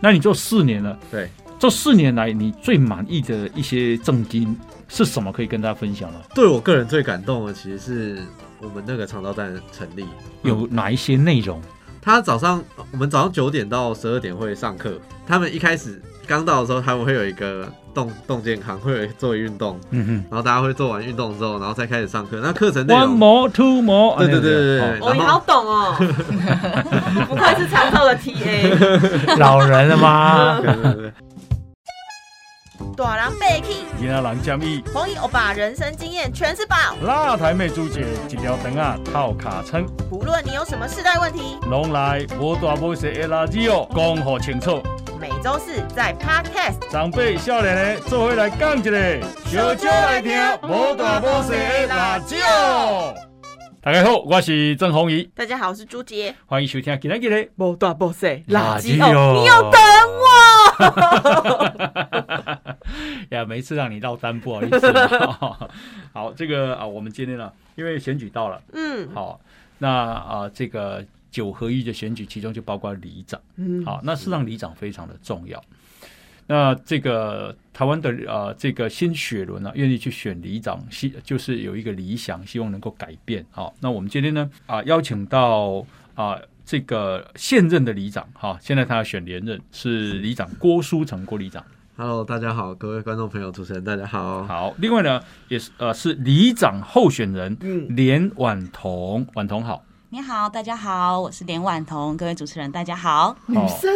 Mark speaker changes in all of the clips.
Speaker 1: 那你做四年了，
Speaker 2: 对，
Speaker 1: 这四年来你最满意的一些政经是什么？可以跟大家分享吗？
Speaker 2: 对我个人最感动的其实是我们那个长照站的成立，
Speaker 1: 有哪一些内容？
Speaker 2: 他早上我们早上九点到十二点会上课，他们一开始刚到的时候，他们会有一个动动健康，会有做运动，
Speaker 1: 嗯
Speaker 2: 然后大家会做完运动之后，然后再开始上课。那课
Speaker 1: 哼
Speaker 2: 程内
Speaker 1: ，One
Speaker 2: 容，
Speaker 1: more, two more，啊那
Speaker 2: 对对
Speaker 1: 个
Speaker 2: 对对对
Speaker 1: 哦
Speaker 2: 然后
Speaker 3: 哦，你好懂 哦，不愧是长寿的 TA。
Speaker 1: 哦老人了 吗？
Speaker 2: 对对对，
Speaker 3: 大人被 king，
Speaker 4: 今仔人建议，
Speaker 3: 红衣欧巴人生经验全是宝，
Speaker 4: 那台妹主姐一条肠啊套卡称，
Speaker 3: 不论你有什么世代问题，
Speaker 4: 拢来无大无小的垃圾哦，讲好清楚。
Speaker 3: 每周四在 Podcast
Speaker 4: 长辈少年的做伙来讲一个，
Speaker 3: 小酒来听无大无小的辣椒。
Speaker 4: 大家好，我是郑宏仪，
Speaker 3: 大家好，我是朱杰。
Speaker 4: 欢迎收听今天的
Speaker 3: 无大无小，
Speaker 4: 垃圾哦
Speaker 3: 哦，你有等我。
Speaker 4: 呀，每一次让你落单，不好意思。 好，这个啊，我们今天呢，因为选举到了，
Speaker 3: 嗯，
Speaker 4: 好，那啊、这个九合一的选举，其中就包括里长。
Speaker 3: 嗯，
Speaker 4: 好，那事实上里长非常的重要。那这个台湾的呃，这个新雪伦呢、愿意去选里长，希就是有一个理想，希望能够改变。好，那我们今天呢啊、邀请到啊、这个现任的里长，哈、现在他要选连任，是里长郭书成郭里长。
Speaker 2: Hello，大家好，各位观众朋友，主持人大家好。
Speaker 4: 好，另外呢也是呃是里长候选人
Speaker 3: 嗯
Speaker 4: 连婉彤，婉彤好，
Speaker 5: 你好，大家好，我是连婉彤，各位主持人大家好，
Speaker 3: 哦女生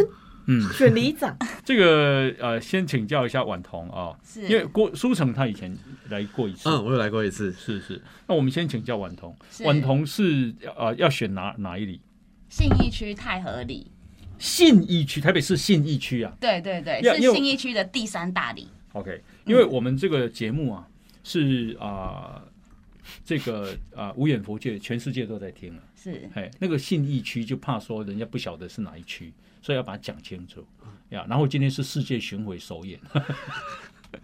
Speaker 4: 嗯，
Speaker 3: 选里长，
Speaker 4: 这个呃先请教一下婉彤啊、
Speaker 5: 是
Speaker 4: 因为郭书成他以前来过一次，
Speaker 2: 嗯，我有来过一次，
Speaker 4: 是是，那我们先请教婉彤，
Speaker 5: 是
Speaker 4: 婉彤是呃要选哪哪一里？
Speaker 5: 信义区太和里，
Speaker 4: 信义区，台北市信义区啊。
Speaker 5: 对对对，
Speaker 4: 呀
Speaker 5: 是
Speaker 4: 因为
Speaker 5: 信义区的第三 大里，
Speaker 4: OK，因
Speaker 5: 嗯
Speaker 4: 为我们这个节目啊是啊、这个啊、无眼佛界全世界都在听了，
Speaker 5: 是
Speaker 4: 哎，那个信义区就怕说人家不晓得是哪一区，所以要把它讲清楚呀。然后今天是世界巡回首演，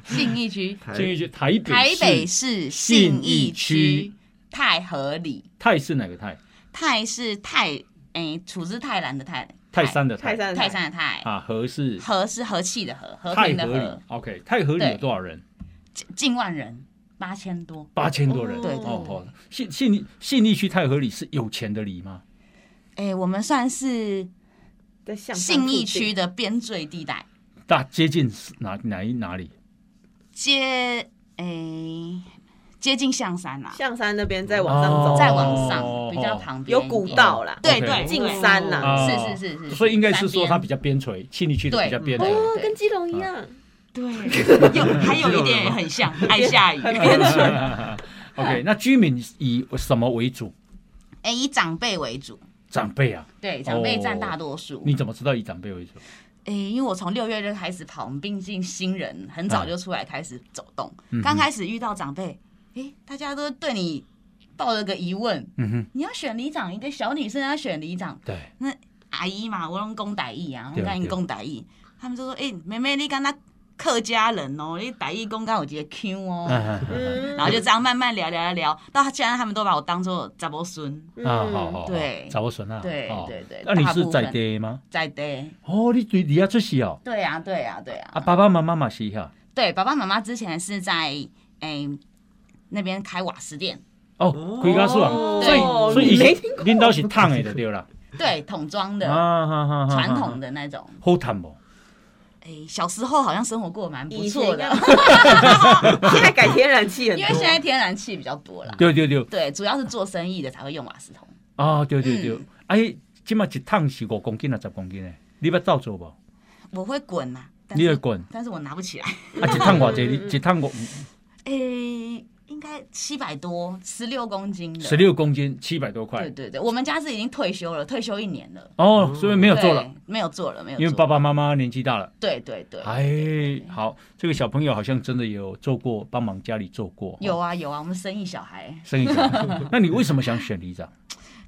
Speaker 5: 信义区，
Speaker 2: 台
Speaker 4: 信义区台北
Speaker 5: 台北
Speaker 4: 市信
Speaker 5: 市信
Speaker 4: 义
Speaker 5: 义
Speaker 4: 区
Speaker 5: 区太和里，
Speaker 4: 泰是哪个泰？
Speaker 5: 泰是泰，诶，处之泰然的泰，
Speaker 4: 泰山的
Speaker 3: 泰
Speaker 4: 泰
Speaker 3: 山，
Speaker 5: 泰，山的泰，
Speaker 4: 啊，和是
Speaker 5: 和是和气的和，和
Speaker 4: 泰
Speaker 5: 平的
Speaker 4: 和里
Speaker 5: 和，。
Speaker 4: OK，泰和里有
Speaker 5: 对
Speaker 4: 多少人？
Speaker 5: 近近万人，八千多，
Speaker 4: 八千多人，
Speaker 5: 哦对对
Speaker 4: 哦哦，信信义信义区太和里是有钱的里吗？
Speaker 5: 诶，我们算是
Speaker 3: 在向上
Speaker 5: 信义
Speaker 3: 附近
Speaker 5: 区的边最地带，
Speaker 4: 大接近是哪哪一哪里？
Speaker 5: 接诶接近象山啦、
Speaker 3: 象山那边再往上走，
Speaker 5: 再往上
Speaker 4: 哦
Speaker 5: 比较旁
Speaker 3: 有
Speaker 5: 边一点
Speaker 3: 古道啦，
Speaker 5: 对
Speaker 4: OK
Speaker 5: 对，
Speaker 3: 进
Speaker 5: 对
Speaker 3: 山呐
Speaker 4: 啊
Speaker 5: 是是是是，
Speaker 4: 所以应该是说它
Speaker 5: 嗯山
Speaker 4: 比较边陲，信义区的
Speaker 5: 对
Speaker 4: 比较边
Speaker 5: 对
Speaker 4: 陲。
Speaker 3: 哦，跟基隆一样，
Speaker 5: 边对，有还有 一点也很像，爱下 雨。哎，
Speaker 4: 哦 OK，那居民以什么为主？
Speaker 5: 以长辈为主，
Speaker 4: 长辈啊，
Speaker 5: 对，长辈占大多数。
Speaker 4: 你怎么知道以长辈为主？
Speaker 5: 哎，因为我从六月就开始跑，我们毕竟新人，很早就出来开始走动
Speaker 4: 嗯哼。
Speaker 5: 刚开始遇到长辈，哎，大家都对你抱了个疑问：
Speaker 4: 嗯哼，
Speaker 5: 你要选里长，一个小女生要选里长，
Speaker 4: 对，
Speaker 5: 阿姨嘛，我拢讲台语啊，
Speaker 4: 对
Speaker 5: 我讲因讲台语，他们就说：“诶、妹妹，你敢那客家人哦，你台语讲敢有一个腔哦。
Speaker 4: 啊
Speaker 3: 嗯
Speaker 5: 然后就这样慢慢聊聊聊聊，到现在他们都把我当做杂波孙，
Speaker 4: 啊好好好，
Speaker 5: 嗯对
Speaker 4: 找我孙啊，
Speaker 5: 对
Speaker 4: 哦
Speaker 5: 对对
Speaker 4: 那你
Speaker 5: 大部
Speaker 4: 是
Speaker 5: 分
Speaker 4: 在爹吗？
Speaker 5: 在地。
Speaker 4: 哦，你对你要出席哦，
Speaker 5: 对啊，对啊，对啊。
Speaker 4: 啊，爸爸妈妈嘛是哈，
Speaker 5: 对，爸爸妈妈之前是在诶、那边开瓦斯店，
Speaker 4: 哦，鬼家树啊，
Speaker 3: 哦
Speaker 4: 所以
Speaker 3: 对
Speaker 4: 所以
Speaker 3: 你没
Speaker 4: 是恁兜是烫的就对了，
Speaker 5: 对，桶装的、
Speaker 4: 啊哈哈哈，
Speaker 5: 传统的那种。
Speaker 4: 好烫不？
Speaker 5: 诶、哎小时候好像生活过得蛮不
Speaker 3: 嗯以前
Speaker 5: 错的
Speaker 3: 要， 现在改天然气很
Speaker 5: 因
Speaker 3: 多
Speaker 5: 为现在天然气比较多啦。
Speaker 4: 对对对，
Speaker 5: 对，主要是做生意的才会用瓦斯桶。
Speaker 4: 啊，对对对
Speaker 5: 嗯，
Speaker 4: 哎，即马一桶是五公斤啊，十公斤诶，你捌照做无？
Speaker 5: 我会滚嘛，但
Speaker 4: 你会
Speaker 5: 是
Speaker 4: 滚
Speaker 5: 但是我拿不起来。
Speaker 4: 啊，一桶偌济？你一桶五
Speaker 5: 诶、应该七百多，十六公斤的。
Speaker 4: 十。六公斤，七百多
Speaker 5: 对
Speaker 4: 块。
Speaker 5: 对对，我们家是已经退休了，退休一年了，
Speaker 4: 哦，所以没
Speaker 5: 没
Speaker 4: 有做了，，
Speaker 5: 没有做了，没有做了。
Speaker 4: 因为爸爸妈妈年纪大了。
Speaker 5: 对对对，
Speaker 4: 哎，好，这个小朋友好像真的有做过，帮忙家里做过。
Speaker 5: 有啊有啊，我们生意小孩
Speaker 4: 生意长。那你为什么想选里啊长？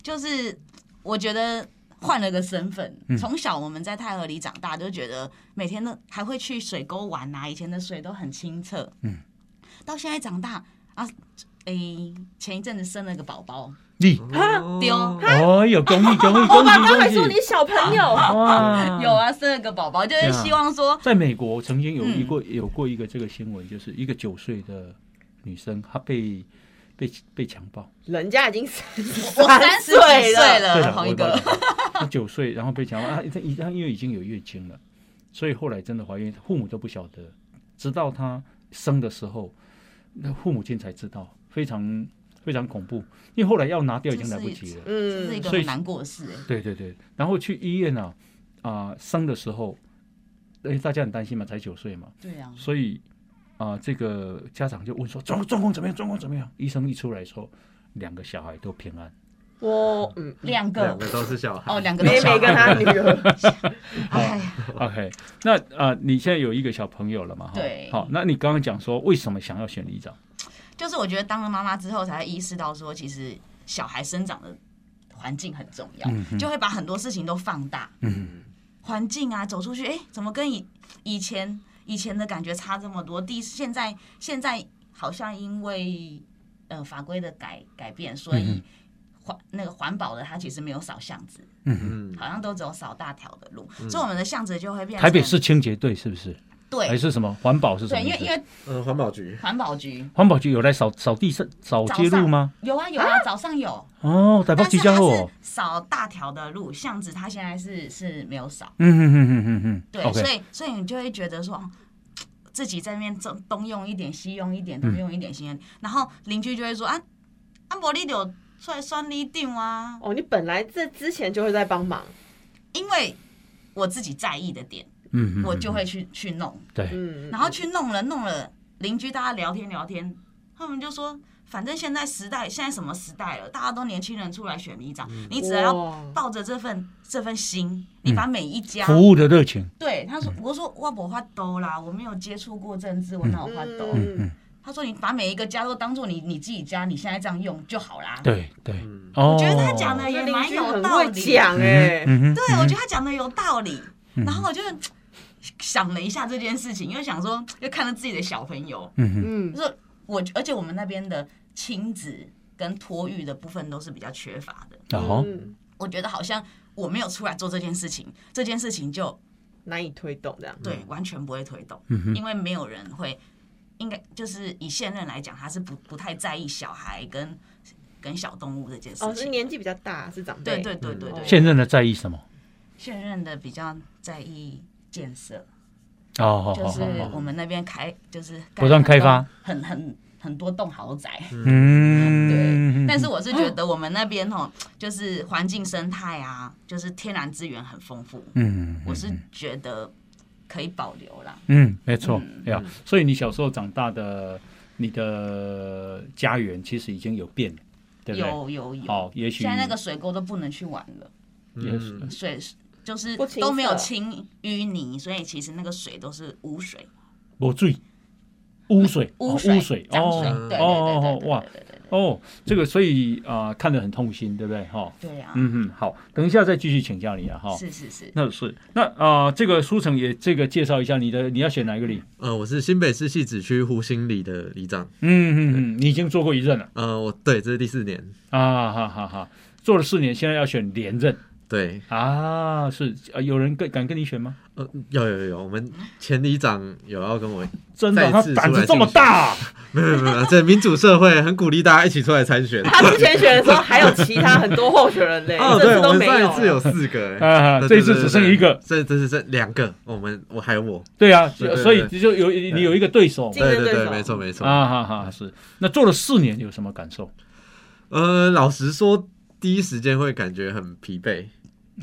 Speaker 5: 就是我觉得。换了个身份
Speaker 4: 嗯，
Speaker 5: 从小我们在太和里长大，就觉得每天都还会去水沟玩啊，以前的水都很清澈。
Speaker 4: 嗯，
Speaker 5: 到现在长大啊，诶，前一阵子生了个宝宝，
Speaker 1: 你
Speaker 2: 哦
Speaker 5: 丢
Speaker 1: 哦，有恭喜恭喜
Speaker 3: 我
Speaker 1: 恭
Speaker 3: 爸
Speaker 1: 喜
Speaker 3: 刚还说
Speaker 1: 恭
Speaker 3: 你
Speaker 1: 喜！
Speaker 3: 小朋友，
Speaker 1: 哇，
Speaker 5: 有啊，生了个宝宝，就是
Speaker 1: 对啊
Speaker 5: 希望说，
Speaker 4: 在美国曾经有
Speaker 5: 嗯
Speaker 4: 一过、有过一个这个新闻，就是一个九岁的女生，她被被被强暴，
Speaker 3: 人家已经三十
Speaker 5: 我三十几岁
Speaker 4: 对
Speaker 3: 了，
Speaker 5: 了，
Speaker 4: 了，我
Speaker 5: 红呃一
Speaker 4: 也不
Speaker 5: 哥
Speaker 4: 知，道， 她九岁然后被强暴，啊，她她因为已经有月经了，所以后来真的怀孕，父母都不晓得，直到她生的时候，那父母亲才知道，非常非常恐怖，因为后来要拿掉已经来不及了。
Speaker 5: 这是一
Speaker 3: 嗯，
Speaker 5: 个
Speaker 4: 所以
Speaker 5: 很难过的事、欸。
Speaker 4: 对对对，然后去医院啊啊、生的时候，哎大家很担心嘛，才九岁嘛，
Speaker 5: 对啊，
Speaker 4: 所以啊、这个家长就问说状状况怎么样？状况怎么样？医生一出来说，两个小孩都平安。
Speaker 3: 我嗯，
Speaker 5: 两个
Speaker 2: 两个都是小孩，
Speaker 5: 哦，两个都
Speaker 3: 妹
Speaker 5: 小
Speaker 3: 妹跟她女儿，
Speaker 5: 哎
Speaker 4: 哦
Speaker 5: 呀，
Speaker 4: OK，那啊、你现在有一个小朋友了嘛？哈
Speaker 5: 对
Speaker 4: 好，那你刚刚讲说为什么想要选里长？
Speaker 5: 就是我觉得当了妈妈之后，才会意识到说，其实小孩生长的环境很重要，
Speaker 4: 嗯哼
Speaker 5: 就会把很多事情都放大。
Speaker 4: 嗯，
Speaker 5: 环境啊，走出去，哎、怎么跟以以前以前的感觉差这么多？第一，现在现在好像因为呃法规的改改变，所以
Speaker 4: 嗯
Speaker 5: 环、那个环保的它其实没有扫巷子，
Speaker 2: 嗯，
Speaker 5: 好像都只有扫大条的路，所以我们的巷子就会变成
Speaker 4: 嗯台北市清洁队是不是？还
Speaker 5: 对
Speaker 4: 是什么环保是什么
Speaker 5: 对，
Speaker 4: 意
Speaker 5: 因
Speaker 4: 思？
Speaker 5: 为因为
Speaker 2: 呃，环保局
Speaker 5: 环保局
Speaker 4: 环保局有来扫扫地、扫扫
Speaker 5: 早
Speaker 4: 街路
Speaker 5: 上
Speaker 4: 吗？
Speaker 5: 有啊有啊，早上有。
Speaker 4: 哦，台北
Speaker 5: 但
Speaker 4: 市
Speaker 5: 是
Speaker 4: 家
Speaker 5: 它
Speaker 4: 伙
Speaker 5: 是
Speaker 4: 哦。
Speaker 5: 扫大条的路，巷子它现在是是没有扫，
Speaker 4: 嗯嗯嗯嗯嗯嗯，
Speaker 5: 对
Speaker 4: o k
Speaker 5: 所以所以你就会觉得说，哦自己在那边东东用一点，西用一点，东用一点，西用一点，然后邻居就会说啊啊，伯你有出来酸你定啊，
Speaker 3: 哦，你本来这之前就会在帮忙，
Speaker 5: 因为我自己在意的点，
Speaker 4: 嗯嗯，
Speaker 5: 我就
Speaker 4: 嗯
Speaker 5: 会去去弄，
Speaker 4: 对，
Speaker 3: 嗯，
Speaker 5: 然后去弄了弄了，邻居大家聊天聊天，他们就说。反正现在时代，现在什么时代了？大家都年轻人出来选里长，
Speaker 4: 嗯
Speaker 5: 你只要
Speaker 3: 哇
Speaker 5: 抱着这份这份心，你把每一家、
Speaker 4: 服务嗯的热情，
Speaker 5: 对他说，我说我不花兜啦，我没有接触过政治，我哪有花兜？
Speaker 3: 嗯
Speaker 4: 嗯，
Speaker 5: 他说你把每一个家都当做你你自己家，你现在这样用就好啦。，
Speaker 4: 对对
Speaker 2: 嗯，
Speaker 4: 哦，
Speaker 5: 我觉得他讲的也
Speaker 3: 这邻
Speaker 5: 蛮
Speaker 3: 居
Speaker 5: 有
Speaker 3: 很
Speaker 5: 道
Speaker 3: 会
Speaker 5: 理。
Speaker 3: 讲哎，
Speaker 4: 嗯，嗯
Speaker 5: 对，我觉得他讲的有道理。
Speaker 4: 嗯
Speaker 5: 然后我就想了一下这件事情，因为想说，又看到自己的小朋友，
Speaker 4: 嗯嗯
Speaker 3: 嗯
Speaker 5: 就，是我，而且我们那边的亲子跟托育的部分都是比较缺乏的。
Speaker 4: 然后
Speaker 3: 嗯
Speaker 5: 我觉得好像我没有出来做这件事情，这件事情就
Speaker 3: 难以推动这样，
Speaker 5: 对完全不会推动。
Speaker 4: 嗯哼
Speaker 5: 因为没有人会，应该就是以现任来讲，他是不不太在意小孩跟跟小动物这件
Speaker 3: 哦，
Speaker 5: 事
Speaker 3: 是
Speaker 5: 情。
Speaker 3: 年纪比较大，是长辈，
Speaker 5: 对对对对对，
Speaker 4: 嗯现任的在意什么？
Speaker 5: 现任的比较在意建设，
Speaker 4: 哦，好
Speaker 5: 就
Speaker 4: 好
Speaker 5: 是
Speaker 4: 好好，
Speaker 5: 我们那边开就是盖
Speaker 4: 不断开发
Speaker 5: 很多，很很很多栋豪宅。
Speaker 4: 嗯
Speaker 5: 对， 但是我是
Speaker 3: 嗯
Speaker 5: 觉得我们那边哦，就是环境生态啊，就是天然资源很丰富，
Speaker 4: 嗯，
Speaker 5: 我是觉得可以保留啦。
Speaker 4: 嗯，没错
Speaker 5: 嗯
Speaker 4: 呀
Speaker 2: 嗯。
Speaker 4: 所以你小时候长大的，你的家园其实已经有变了，对不对？
Speaker 5: 有有有，
Speaker 4: 好，也许
Speaker 5: 现在那个水沟都不能去玩了。
Speaker 4: 也是
Speaker 2: 嗯
Speaker 5: 水就是
Speaker 3: 不清澈
Speaker 5: 都没有清淤泥，所以其实那个水都是污水，
Speaker 4: 我注意污水，哦
Speaker 5: 污
Speaker 4: 污
Speaker 5: 水、
Speaker 4: 水，
Speaker 5: 脏水，
Speaker 4: 哦
Speaker 5: 对
Speaker 4: 哦
Speaker 5: 对对
Speaker 4: 哦
Speaker 5: 对对
Speaker 4: 哇
Speaker 5: 对对对
Speaker 4: 哦，这个所以啊，看得很痛心，对不对？哈，
Speaker 5: 对对啊，
Speaker 4: 嗯哼，好，等一下再继续请教你啊，哈。
Speaker 5: 是是是，
Speaker 4: 那是那啊、这个书城也这个介绍一下你的，你要选哪一个里？
Speaker 2: 呃，我是新北市戏子区湖心里的里长，
Speaker 4: 嗯嗯嗯，你已经做过一任了
Speaker 2: 呃，我对，这是第四年，
Speaker 4: 啊，哈哈哈，做了四年，现在要选连任
Speaker 2: 对，
Speaker 4: 啊，是啊，有人跟敢跟你选吗？
Speaker 2: 呃，有有有，我们前里长有要跟我，
Speaker 4: 真的，
Speaker 2: 再
Speaker 4: 他
Speaker 2: 次
Speaker 4: 胆子这么大，啊
Speaker 2: 没有没有没有，这民主社会很鼓励大家一起出来参选。
Speaker 3: 他之前选的时候还有其他很多候选人嘞，
Speaker 2: 哦，
Speaker 3: 哎这
Speaker 2: 对，
Speaker 3: 次
Speaker 2: 我
Speaker 3: 都
Speaker 2: 们
Speaker 3: 没
Speaker 2: 上一次有
Speaker 3: 有了。
Speaker 2: 四个，哎
Speaker 4: 啊
Speaker 2: 对
Speaker 4: 这一次只剩一个，
Speaker 2: 对对对这这次剩两个，我们我还有我，
Speaker 4: 对啊，
Speaker 2: 对对对
Speaker 4: 所以就有你有一个对手
Speaker 3: 竞
Speaker 2: 对
Speaker 3: 争
Speaker 2: 对对，
Speaker 3: 对手
Speaker 2: 没错没错。
Speaker 4: 啊，哈哈，是。那做了四年有什么感受？
Speaker 2: 呃，老实说，第一时间会感觉很疲惫，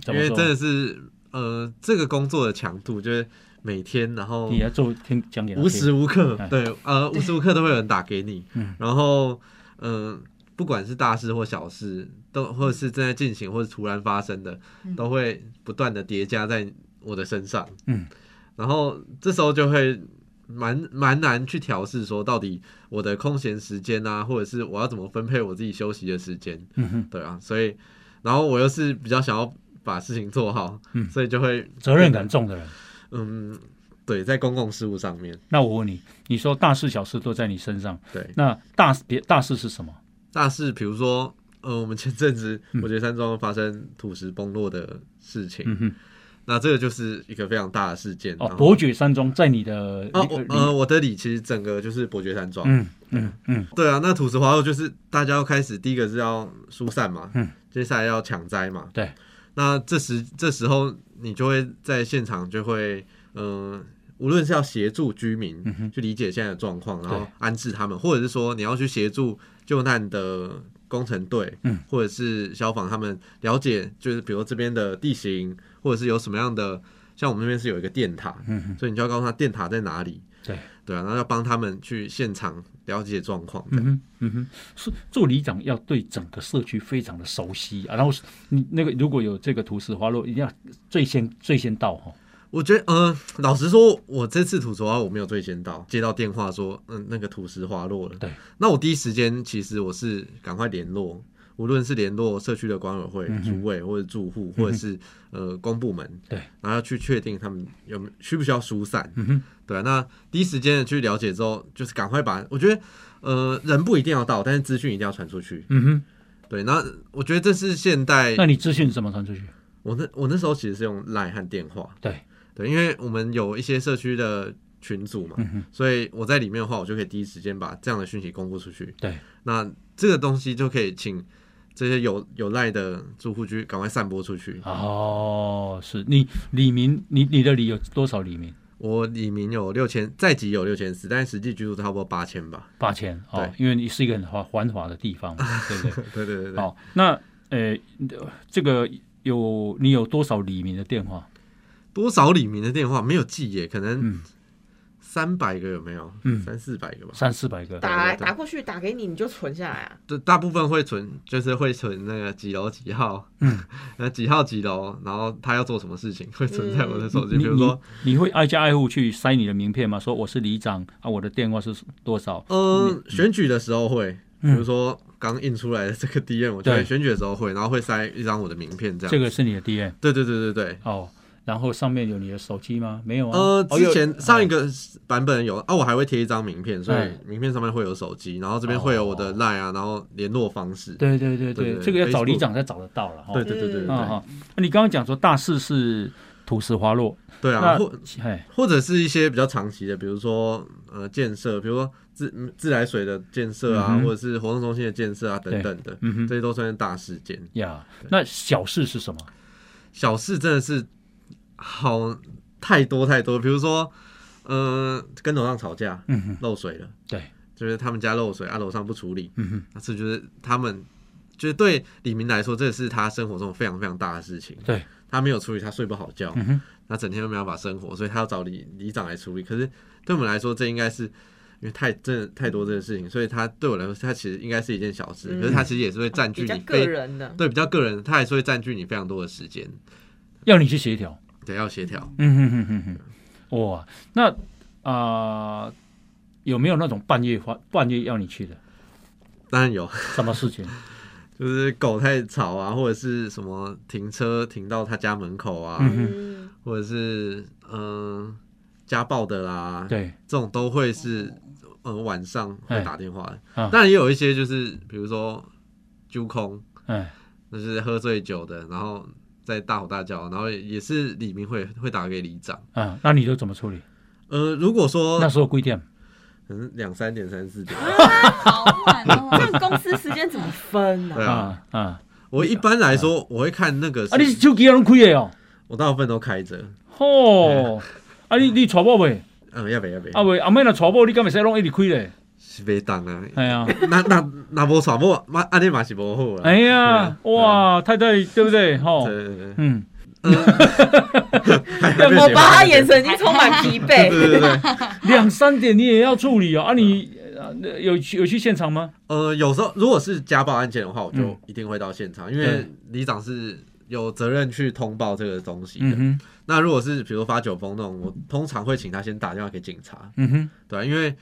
Speaker 4: 怎
Speaker 2: 因
Speaker 4: 么
Speaker 2: 为真
Speaker 4: 说
Speaker 2: 的？是呃，这个工作的强度就是每天，然后
Speaker 4: 你要做听讲给他
Speaker 2: 无
Speaker 4: 听
Speaker 2: 时 无刻
Speaker 4: 哎，
Speaker 2: 对，呃，无时无刻都会有人打给你
Speaker 4: 嗯，
Speaker 2: 然后，嗯，不管是大事或小事，都或者是正在进行或者突然发生的，都会不断的叠加在我的身上，
Speaker 4: 嗯，
Speaker 2: 然后这时候就会蛮蛮难去调试，说到底我的空闲时间啊，或者是我要怎么分配我自己休息的时间，
Speaker 4: 嗯哼，
Speaker 2: 对啊，所以，然后我又是比较想要把事情做好，
Speaker 4: 嗯
Speaker 2: 所以就会
Speaker 4: 责任感重的人，
Speaker 2: 嗯，对，在公共事务上面，
Speaker 4: 那我问你，你说大事小事都在你身上，
Speaker 2: 对
Speaker 4: 那大别大事是什么？
Speaker 2: 大事，比如说，呃，我们前阵子我觉得山庄发生土石崩落的事情，
Speaker 4: 嗯嗯哼，
Speaker 2: 那这个就是一个非常大的事件。
Speaker 4: 哦，
Speaker 2: 然后
Speaker 4: 伯爵山庄在你的
Speaker 2: 啊，
Speaker 4: 里
Speaker 2: 我
Speaker 4: 里
Speaker 2: 呃，我的里其实整个就是伯爵山庄，
Speaker 4: 嗯嗯嗯
Speaker 2: 对啊，那土石滑落就是大家要开始，第一个是要疏散嘛，
Speaker 4: 嗯，
Speaker 2: 接下来要抢灾嘛，
Speaker 4: 对。
Speaker 2: 那这时这时候你就会在现场就会，嗯、无论是要协助居民、去理解现在的状况，然后
Speaker 4: 嗯对
Speaker 2: 安置他们，或者是说你要去协助救难的工程队，
Speaker 4: 嗯，
Speaker 2: 或者是消防他们了解，就是比如这边的地形，或者是有什么样的，像我们那边是有一个电塔，
Speaker 4: 嗯
Speaker 2: 所以你就要告诉他电塔在哪里，
Speaker 4: 对
Speaker 2: 对啊，然后要帮他们去现场了解状况，
Speaker 4: 嗯哼嗯哼，是做里长要对整个社区非常的熟悉啊，然后是你那个如果有这个土石滑落，一定要最先最先到哈、哦。
Speaker 2: 我觉得，嗯、老实说，我这次土石滑落我没有最先到，接到电话说，嗯，那个土石滑落了。
Speaker 4: 对，
Speaker 2: 那我第一时间其实我是赶快联络，无论是联络社区的管委会、
Speaker 4: 嗯
Speaker 2: 主委或者住户，或者是呃公部门，
Speaker 4: 对，
Speaker 2: 然后要去确定他们有没有需不需要疏散。
Speaker 4: 嗯哼，
Speaker 2: 对啊、那第一时间的去了解之后，就是赶快把，我觉得，呃，人不一定要到，但是资讯一定要传出去。
Speaker 4: 嗯哼，
Speaker 2: 对，那我觉得这是现代
Speaker 4: 那你资讯怎么传出去？
Speaker 2: 我那我那时候其实是用 LINE 和电话，
Speaker 4: 对
Speaker 2: 对，因为我们有一些社区的群组嘛，
Speaker 4: 嗯
Speaker 2: 所以我在里面的话，我就可以第一时间把这样的讯息公布出去。
Speaker 4: 对，
Speaker 2: 那这个东西就可以请这些有有赖的住户去赶快散播出去。
Speaker 4: 哦，是你李明，你你的里有多少李明？
Speaker 2: 我里面有六千，在籍有六千四，但实际居住差不多八千吧。
Speaker 4: 八千哦
Speaker 2: 对，
Speaker 4: 因为你是一个很繁繁华的地方嘛，对不对？
Speaker 2: 对对对对，
Speaker 4: 好，那呃，这个有你有多少李明的电话？
Speaker 2: 多少里面的电话没有记耶？可能
Speaker 4: 嗯
Speaker 2: 三百个有没有？
Speaker 4: 嗯
Speaker 2: 三四百个吧。
Speaker 4: 三四百个。
Speaker 2: 对
Speaker 3: 打来
Speaker 2: 对
Speaker 3: 打过去，打给你，你就存下来啊。
Speaker 2: 对，大部分会存，就是会存那个几楼几号，
Speaker 4: 嗯，
Speaker 2: 呃几号几楼，然后他要做什么事情，会存在我的手机。
Speaker 4: 嗯你
Speaker 2: 比如说，
Speaker 4: 你会挨家挨户去塞你的名片吗？说我是里长啊，我的电话是多少？
Speaker 2: 呃，选举的时候会，比如
Speaker 4: 嗯
Speaker 2: 说刚印出来的这个 DM，我就
Speaker 4: 对
Speaker 2: 会选举的时候会，然后会塞一张我的名片这样。
Speaker 4: 这个是你的 DM
Speaker 2: 对对对对对。
Speaker 4: 哦，然后上面有你的手机吗？没有啊。
Speaker 2: 呃，
Speaker 4: 哦有
Speaker 2: 之前上一个版本有啊，我还会贴一张名片，所以
Speaker 4: 嗯
Speaker 2: 名片上面会有手机，然后这边会有我的 line 啊，然后联络方式。
Speaker 4: 哦对对对
Speaker 2: 对
Speaker 4: 对，
Speaker 2: 对
Speaker 4: 这个要找
Speaker 2: Facebook
Speaker 4: 里长才找得到了哈。
Speaker 2: 对对对对
Speaker 4: 啊
Speaker 2: 对
Speaker 4: 哈，那你刚刚讲说大事是土石滑落，
Speaker 2: 对
Speaker 4: 那
Speaker 2: 啊，或
Speaker 4: 嘿，
Speaker 2: 或者是一些比较长期的，比如说呃建设，比如说自嗯自来水的建设啊，
Speaker 4: 嗯哼
Speaker 2: 或者是活动中心的建设啊等等的，
Speaker 4: 嗯哼
Speaker 2: 这些都算是大事件。
Speaker 4: 呀，那小事是什么？
Speaker 2: 小事真的是好太多太多，比如说呃跟楼上吵架
Speaker 4: 嗯哼，
Speaker 2: 漏水了，
Speaker 4: 对，
Speaker 2: 就是他们家漏水啊，楼上不处理，
Speaker 4: 嗯哼，
Speaker 2: 那这就是他们。就是对李明来说，这是他生活中非常非常大的事情。
Speaker 4: 对，
Speaker 2: 他没有处理，他睡不好觉。
Speaker 4: 嗯哼。
Speaker 2: 那整天都没办法生活，所以他要找里里长来处理。可是对我们来说，这应该是因为太真的太多这个事情，所以他对我来说，他其实应该是一件小事，
Speaker 3: 嗯
Speaker 2: 可是他其实也是会占据
Speaker 3: 比较
Speaker 2: 你
Speaker 3: 个
Speaker 2: 非
Speaker 3: 人的，
Speaker 2: 对比较个人，他还是会占据你非常多的时间，
Speaker 4: 要你去协调。
Speaker 2: 对，要协调。
Speaker 4: 嗯哼哼哼哼，哇，那啊、呃有没有那种半夜发半夜要你去的？
Speaker 2: 当然有，
Speaker 4: 什么事情？
Speaker 2: 就是狗太吵啊，或者是什么停车停到他家门口啊，
Speaker 3: 嗯，
Speaker 2: 或者是嗯、呃家暴的啦，
Speaker 4: 对，
Speaker 2: 这种都会是呃晚上会打电话的。
Speaker 4: 哎啊
Speaker 2: 当然也有一些就是比如说揪空。
Speaker 4: 哎，
Speaker 2: 就是喝醉酒的，然后在大吼大叫，然后也是李明会会打给里长。
Speaker 4: 啊，那你都怎么处理？
Speaker 2: 呃，如果说
Speaker 4: 那时候规定，
Speaker 2: 可能两三点、三四点，
Speaker 5: 好晚
Speaker 3: 这
Speaker 5: 哦，
Speaker 3: 样公司时间怎么分呢
Speaker 2: 对？啊，
Speaker 4: 啊啊
Speaker 2: 我一般来说我会看那个是，
Speaker 4: 啊！你是手机要拢开的哦，
Speaker 2: 我大部分都开着。
Speaker 4: 吼、啊你你娶某未？
Speaker 2: 嗯，要不要不
Speaker 4: 啊
Speaker 2: 要？
Speaker 4: 未，阿妹若娶某，你敢会使拢一直开咧？
Speaker 2: 是被当啊，
Speaker 4: 哎呀、
Speaker 2: 那那那无传播，那安尼嘛是无好啊。
Speaker 4: 哎呀，
Speaker 2: 对啊
Speaker 4: 哇，太太对不对？吼，
Speaker 2: 对对对
Speaker 4: 嗯，
Speaker 2: 还还没
Speaker 3: 我
Speaker 2: 写
Speaker 3: 把
Speaker 2: 完
Speaker 3: 他眼神已经充满疲
Speaker 2: 对
Speaker 3: 惫。
Speaker 2: 对对对，
Speaker 4: 两三点你也要处理哦。啊你，呃有去有去现场吗？
Speaker 2: 呃，有时候如果是家暴案件的话，我就
Speaker 4: 嗯
Speaker 2: 一定会到现场，因为里长是有责任去通报这个东西的。
Speaker 4: 嗯哼，
Speaker 2: 那如果是比如发酒疯那种，我通常会请他先打电话给警察，
Speaker 4: 嗯哼，
Speaker 2: 对啊、因为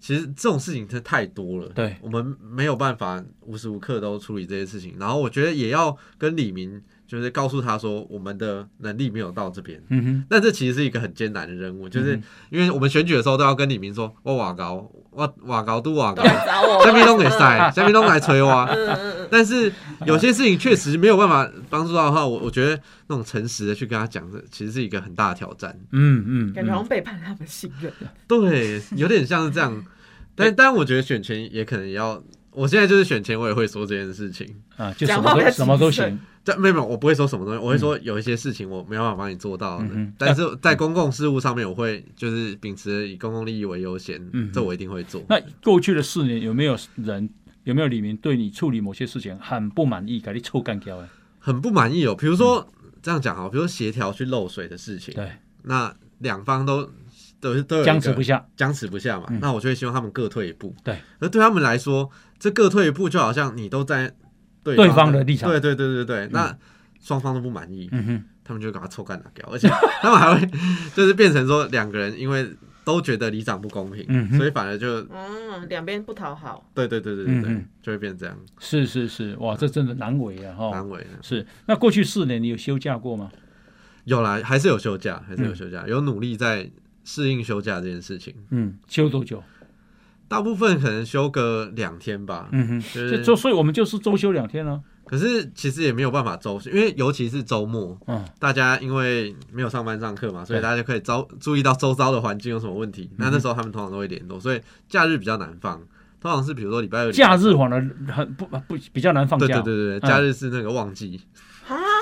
Speaker 2: 其实这种事情它太多了，
Speaker 4: 对，
Speaker 2: 我们没有办法无时无刻都处理这些事情。然后我觉得也要跟李明就是告诉他说我们的能力没有到这边。
Speaker 4: 嗯哼，
Speaker 2: 那这其实是一个很艰难的任务，就是因为我们选举的时候都要跟李明说，我瓦高，我瓦高都 瓦高，
Speaker 3: 来找我，
Speaker 2: 下面都给塞，下面都来催我。啊
Speaker 3: 嗯嗯
Speaker 2: 但是有些事情确实没有办法帮助到的话，我我觉得那种诚实的去跟他讲，这其实是一个很大的挑战。
Speaker 4: 嗯嗯，
Speaker 3: 嗯，感觉好像背叛他们信任。
Speaker 2: 对，有点像是这样。但但我觉得选前也可能也要，我现在就是选前我也会说这件事情。
Speaker 4: 嗯啊，就什
Speaker 3: 讲
Speaker 4: 么
Speaker 3: 话比
Speaker 4: 都
Speaker 3: 较
Speaker 4: 什么都
Speaker 3: 谨慎
Speaker 4: 行，
Speaker 2: 但没有没有，我不会说什么东西，我会说有一些事情我没办法帮你做到的
Speaker 4: 嗯哼
Speaker 2: 但是在公共事务上面，我会就是秉持以公共利益为优先，
Speaker 4: 嗯哼
Speaker 2: 这我一定会做。
Speaker 4: 那过去的四年有没有人有没有李明对你处理某些事情很不满意，给你臭干掉了？
Speaker 2: 很不满意哦，比如说、这样讲啊，比如说协调去漏水的事
Speaker 4: 嗯
Speaker 2: 情，
Speaker 4: 对，
Speaker 2: 那两方都都都有一个
Speaker 4: 僵持不下，
Speaker 2: 僵持不下嘛，
Speaker 4: 嗯
Speaker 2: 那我就会希望他们各退一步。
Speaker 4: 对，
Speaker 2: 而对他们来说，这各退一步就好像你都在对
Speaker 4: 对方的立场
Speaker 2: 对对对对对，那双方都不满意，
Speaker 4: 嗯哼，
Speaker 2: 他们就会给他臭干打掉，而且 他们还会就是变成说两个人因为都觉得里长不公平，
Speaker 4: 嗯哼
Speaker 2: 所以反而就
Speaker 3: 嗯，两边不讨好，
Speaker 2: 对对对对对对，
Speaker 4: 嗯嗯
Speaker 2: 就会变这样
Speaker 4: 是是是，哇，这真的难为啊哈。
Speaker 2: 难为了。
Speaker 4: 是，那过去四年你有休假过吗？
Speaker 2: 有啦，还是有休假，还是有休假，有努力在适应休假这件事情。
Speaker 4: 嗯，休多久？
Speaker 2: 大部分可能休个两天吧，
Speaker 4: 嗯哼，
Speaker 2: 就
Speaker 4: 这
Speaker 2: 是
Speaker 4: 周，所以我们就是周休两天啊。
Speaker 2: 可是其实也没有办法周，因为尤其是周末，
Speaker 4: 嗯
Speaker 2: 大家因为没有上班上课嘛，所以
Speaker 4: 对
Speaker 2: 大家就可以招注意到周遭的环境有什么问题。那那时候他们通常都会联络，所以假日比较难放，通常是比如说礼拜二、
Speaker 4: 假
Speaker 2: 日
Speaker 4: 日反而很不不比较难放
Speaker 2: 对
Speaker 4: 假，
Speaker 2: 对对对，对
Speaker 4: 嗯
Speaker 2: 假日是那个旺季，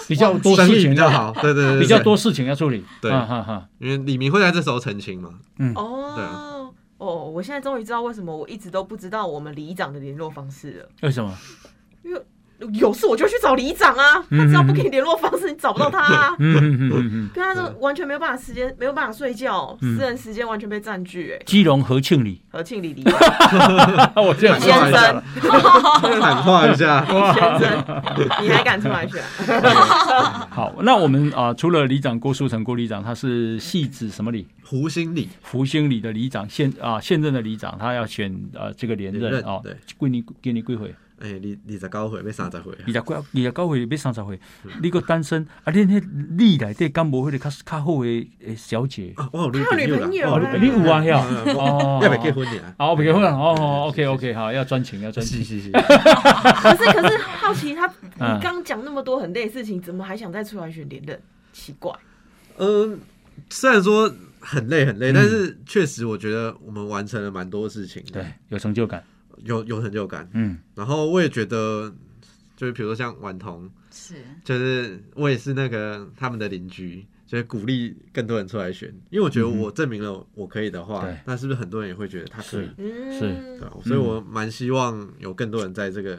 Speaker 4: 比较多
Speaker 2: 生
Speaker 4: 事
Speaker 2: 意
Speaker 4: 情
Speaker 2: 比
Speaker 4: 要
Speaker 2: 较 好，对对对，对
Speaker 4: 比较，多事情要处理，
Speaker 2: 对
Speaker 4: 哈哈哈。
Speaker 2: 对因为李明会在这时候澄清嘛，
Speaker 3: 嗯
Speaker 2: 对
Speaker 3: 哦。哦，我现在终于知道为什么我一直都不知道我们里长的联络方式了。
Speaker 4: 为什么？
Speaker 3: 有事我就去找里长啊，
Speaker 2: 嗯
Speaker 3: 他只要不给你联络方式，你找不到他 啊。
Speaker 4: 嗯嗯嗯嗯嗯，
Speaker 3: 跟他说完全没有办法时间，没有办法睡觉，
Speaker 2: 嗯
Speaker 3: 私人时间完全被占据。哎，
Speaker 4: 基隆和庆里，
Speaker 3: 何庆里里长
Speaker 4: 我这样
Speaker 2: 先
Speaker 4: 说一下
Speaker 3: 生
Speaker 4: 了，，
Speaker 2: 喊话一 下，
Speaker 3: 先生，你还敢出 来选？
Speaker 4: 好，那我们啊、除了里长郭书成郭里长，他是系指什么里？
Speaker 2: 胡心里
Speaker 4: 福兴里的里长，现啊、现任的里长，他要选啊这个连
Speaker 2: 连
Speaker 4: 任
Speaker 2: 任
Speaker 4: 啊
Speaker 2: 对，
Speaker 4: 归你给你归回，
Speaker 2: 哎，你你在高回被三十回啊
Speaker 4: 二十几二十九岁要三十岁，你个单身啊，你那里内底敢无迄个较较好的诶小姐？
Speaker 2: 啊，我有
Speaker 3: 他有
Speaker 2: 女
Speaker 3: 女
Speaker 2: 啦
Speaker 3: 朋友
Speaker 4: 哦
Speaker 3: 啦，，
Speaker 4: 你你有啊？呀，
Speaker 2: 嗯
Speaker 4: 哦，
Speaker 2: 要不要结婚呀？
Speaker 4: 好，不结婚了哦
Speaker 2: 是
Speaker 4: ，OK OK，好，要专情，要专情
Speaker 2: 是。是是，
Speaker 3: 可是可是好奇他，
Speaker 4: 嗯
Speaker 3: 你刚讲那么多很累的事情，怎么还想再出来选连任？奇怪，
Speaker 2: 嗯，虽然说很累很累，但是确实我觉得我们完成了蛮多事情，
Speaker 4: 对，，有成就感。
Speaker 2: 有有成就感。
Speaker 4: 嗯，
Speaker 2: 然后我也觉得，就是比如说像婉彤，
Speaker 5: 是
Speaker 2: 就是我也是那个他们的邻居。就是鼓励更多人出来选，因为我觉得我证明了我可以的话，
Speaker 4: 对
Speaker 2: 那是不是很多人也会觉得他可以
Speaker 4: 是？
Speaker 3: 嗯，
Speaker 4: 是
Speaker 2: 对啊，所以我蛮希望有更多人在这个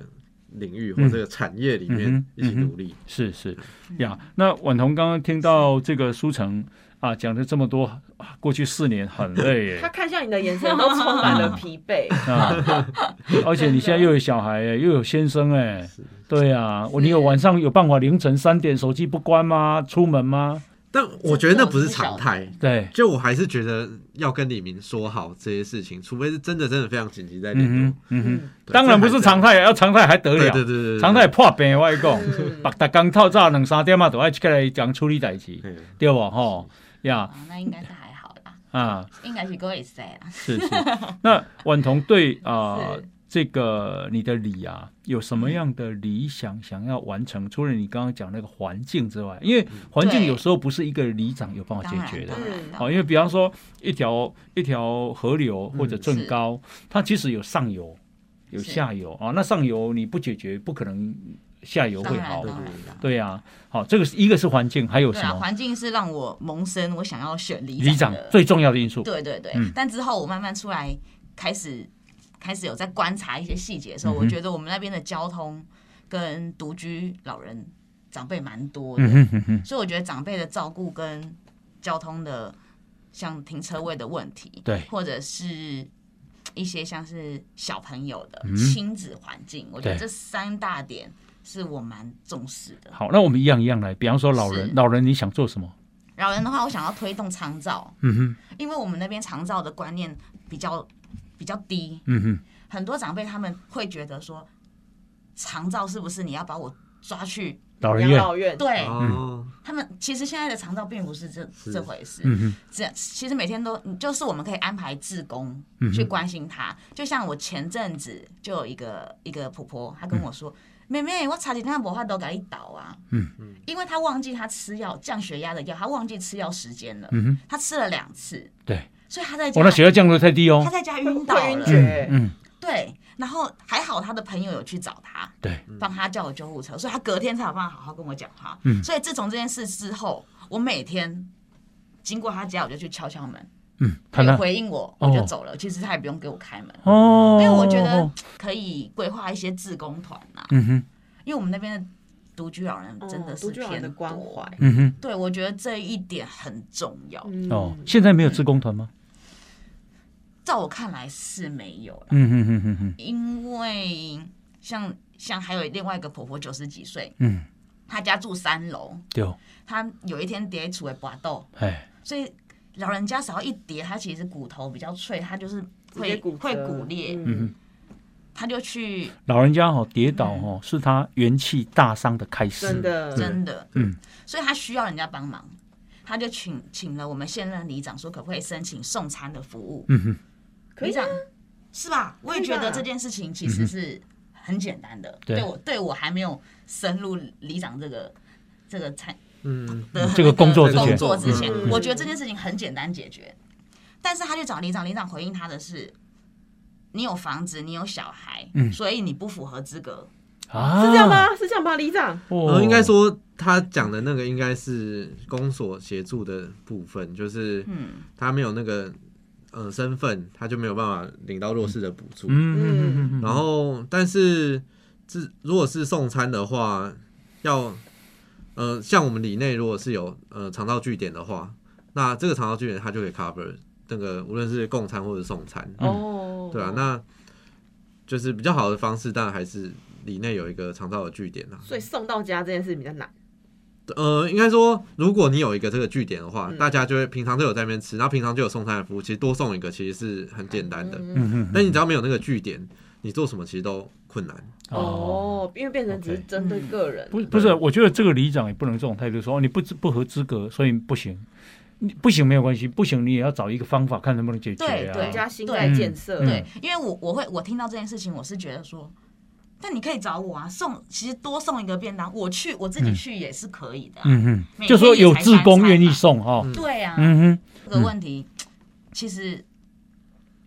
Speaker 2: 领域或
Speaker 4: 嗯
Speaker 2: 这个产业里
Speaker 4: 嗯
Speaker 2: 面
Speaker 4: 哼
Speaker 2: 一起
Speaker 4: 嗯哼
Speaker 2: 努力。
Speaker 4: 是是呀。那婉彤刚刚听到这个书城啊讲了这么多，啊过去四年很累耶
Speaker 3: 他。看向你的眼神都充满了疲惫。
Speaker 4: 啊！而且你现在又有小孩耶，又有先生哎，对呀，我你有晚上有办法凌晨三点手机不关吗？出门吗？
Speaker 2: 但我觉得那不是常态，
Speaker 4: 对，
Speaker 2: 就我还是觉得要跟李明说好这些事情，除非是真的真的非常紧急在联络
Speaker 4: 嗯哼。嗯哼，
Speaker 3: 嗯
Speaker 2: 对
Speaker 4: 当然不是常，态，啊要常态还得
Speaker 2: 这还是对
Speaker 4: 了？
Speaker 2: 对对对，对
Speaker 4: 常态。破病我跟你讲，
Speaker 3: 嗯
Speaker 4: 白大工透早两三点啊嘛，都爱起来讲处理代志，
Speaker 2: 对
Speaker 4: 对不吼呀
Speaker 5: 啊，那应该是还好啦，
Speaker 4: 啊，
Speaker 5: 应该是各位塞啦。
Speaker 4: 是 是。那婉彤对啊、
Speaker 5: 是
Speaker 4: 这个你的理啊，有什么样的理想想要完成？除了你刚刚讲那个环境之外，因为环境
Speaker 5: 嗯对
Speaker 4: 有时候不是一个里长有办法
Speaker 5: 当
Speaker 4: 解
Speaker 5: 然
Speaker 4: 决的。
Speaker 5: 当然
Speaker 4: 哦，因为比方说一条一条河流或者正
Speaker 5: 嗯是
Speaker 4: 高，它其实有上游，有
Speaker 5: 是
Speaker 4: 下游啊、那上游你不解决，不可能下游
Speaker 5: 当
Speaker 4: 会
Speaker 5: 然
Speaker 4: 好
Speaker 5: 当。然
Speaker 2: 对对
Speaker 5: 当然
Speaker 4: 对呀、好，这个是一个是环境，还有
Speaker 5: 对
Speaker 4: 什
Speaker 5: 啊，
Speaker 4: 么？
Speaker 5: 环境是让我萌生我想要选里
Speaker 4: 里长
Speaker 5: 的
Speaker 4: 最重要的因素。
Speaker 5: 对对对，
Speaker 4: 嗯
Speaker 5: 但之后我慢慢出来，开始开始有在观察一些细节的时候，
Speaker 4: 嗯哼
Speaker 5: 我觉得我们那边的交通跟独居老人长辈蛮多的，
Speaker 4: 嗯哼哼哼，
Speaker 5: 所以我觉得长辈的照顾跟交通的像停车位的问题，
Speaker 4: 对
Speaker 5: 或者是。一些像是小朋友的
Speaker 4: 嗯
Speaker 5: 亲子环境，我觉得
Speaker 4: 对
Speaker 5: 这三大点是我蛮重视的。
Speaker 4: 好，那我们一样一样来。比方说老人，
Speaker 5: 是
Speaker 4: 老人你想做什么？
Speaker 5: 老人的话，我想要推动长照，
Speaker 4: 嗯哼，
Speaker 5: 因为我们那边长照的观念比较比较低，
Speaker 4: 嗯哼，
Speaker 5: 很多长辈他们会觉得说，长照是不是你要把我抓去。
Speaker 4: 老人
Speaker 3: 养
Speaker 4: 院，
Speaker 3: 老院，
Speaker 5: 对、
Speaker 2: 哦，
Speaker 5: 他们，其实现在的长照并不是这
Speaker 2: 是
Speaker 5: 这回事。
Speaker 4: 嗯哼，
Speaker 5: 这其实每天都就是我们可以安排志工
Speaker 4: 嗯
Speaker 5: 去关心他。就像我前阵子就有一个一个婆婆，她跟我说：“妹妹，我查几天无法都给你倒啊。”
Speaker 4: 嗯
Speaker 5: 因为她忘记她吃药降血压的药，她忘记吃药时间了。
Speaker 4: 嗯哼，
Speaker 5: 她吃了两次，
Speaker 4: 对，
Speaker 5: 所以她在家
Speaker 4: 我那血压降得太低哦
Speaker 5: 她，在家
Speaker 3: 会
Speaker 5: 晕倒
Speaker 3: 晕
Speaker 5: 了。
Speaker 3: 厥，
Speaker 4: 嗯，
Speaker 5: 对，然后还好她的朋友有去找她，
Speaker 4: 对，
Speaker 5: 帮他叫我救护车，所以他隔天才有办法好好跟我讲话。
Speaker 4: 嗯
Speaker 5: 所以自从这件事之后，我每天经过他家，我就去敲敲门，
Speaker 4: 嗯，
Speaker 5: 他
Speaker 4: 他
Speaker 5: 有
Speaker 4: 那
Speaker 5: 回应我，
Speaker 4: 哦
Speaker 5: 我就走了。其实他也不用给我开门，
Speaker 4: 哦，
Speaker 5: 因为我觉得可以规划一些志工团呐、
Speaker 4: 嗯哼，
Speaker 5: 因为我们那边的独居老人真的
Speaker 3: 嗯
Speaker 5: 是
Speaker 3: 独居老人
Speaker 5: 偏
Speaker 3: 的
Speaker 5: 多
Speaker 3: 关怀。
Speaker 4: 嗯哼，
Speaker 5: 对，我觉得这一点很重要。
Speaker 3: 嗯
Speaker 4: 哦，现在没有志工团吗？
Speaker 5: 在我看来是没有了，
Speaker 4: 嗯哼哼哼哼，
Speaker 5: 因为像像还有另外一个婆婆九十几岁，
Speaker 4: 嗯，
Speaker 5: 她家住三楼，
Speaker 4: 对哦，
Speaker 5: 她有一天跌出来拔豆，
Speaker 4: 哎，
Speaker 5: 所以老人家只要一跌，他其实骨头比较脆，他就是
Speaker 3: 直接
Speaker 5: 会
Speaker 3: 骨折
Speaker 5: 会骨裂，
Speaker 3: 嗯
Speaker 5: 他就去
Speaker 4: 老人家哦跌倒哦，是他元气大伤的开始，
Speaker 3: 真的
Speaker 5: 真的，
Speaker 4: 嗯，
Speaker 5: 所以他需要人家帮忙，他就请请了我们现任里长说可不可以申请送餐的服务，
Speaker 4: 嗯哼，
Speaker 3: 可
Speaker 5: 里
Speaker 3: 以啊
Speaker 5: 长是吧？我也
Speaker 3: 可
Speaker 5: 觉
Speaker 3: 以
Speaker 5: 得
Speaker 3: 吧
Speaker 5: 这件事情其实是很简单的，
Speaker 4: 对
Speaker 5: 对我对我还没有深入里长这个这个餐
Speaker 2: 嗯，
Speaker 5: 的
Speaker 4: 这个工作之前
Speaker 5: 工作之前
Speaker 2: 嗯，
Speaker 5: 我觉得这件事情很简单解决。但是他去找里长，里长回应他的是：你有房子，你有小孩，
Speaker 4: 嗯
Speaker 5: 所以你不符合资格。
Speaker 4: 啊，
Speaker 3: 是这样？吗？是这样吧，里长。
Speaker 4: 哦
Speaker 2: 呃，应该，说他讲的那个应该是公所协助的部分，就是
Speaker 5: 嗯，
Speaker 2: 他没有那个呃身份，他就没有办法领到弱势的补助。
Speaker 4: 嗯嗯嗯嗯嗯，
Speaker 2: 然后，但是自如果是送餐的话，要呃，像我们里内如果是有呃肠道据点的话，那这个肠道据点它就可以 cover 那个无论是供餐或者送餐，
Speaker 4: 嗯
Speaker 3: 哦，
Speaker 2: 对啊，那就是比较好的方式，当然还是里内有一个肠道的据点啊。
Speaker 3: 所以送到家这件事比较难。
Speaker 2: 呃，应该说，如果你有一个这个据点的话，
Speaker 3: 嗯
Speaker 2: 大家就会平常都有在那边吃，然后平常就有送餐的服务，其实多送一个其实是很简单的。
Speaker 3: 嗯
Speaker 4: 嗯哼，
Speaker 2: 但你只要没有那个据点，你做什么其实都困难。
Speaker 3: 嗯
Speaker 4: 哦。嗯
Speaker 3: 哦，因为变成只是
Speaker 4: OK
Speaker 3: 针对个人，
Speaker 4: 不不是，我觉得这个里长也不能这种态度，说哦你不知不合资格，所以不行，你不行没有关系，不行你也要找一个方法看能不能解决
Speaker 5: 对对
Speaker 3: 人
Speaker 4: 啊。
Speaker 3: 家心态建设，
Speaker 4: 嗯
Speaker 5: 对，因为我我会我听到这件事情，我是觉得说，但你可以找我啊，送其实多送一个便当，我去我自己去也是可以的啊、
Speaker 4: 嗯哼，
Speaker 5: 每天
Speaker 4: 就说有志工愿
Speaker 5: 也
Speaker 4: 意
Speaker 5: 才三餐
Speaker 4: 送哈。
Speaker 5: 嘛，对啊，
Speaker 4: 嗯哼，
Speaker 5: 这个问题其实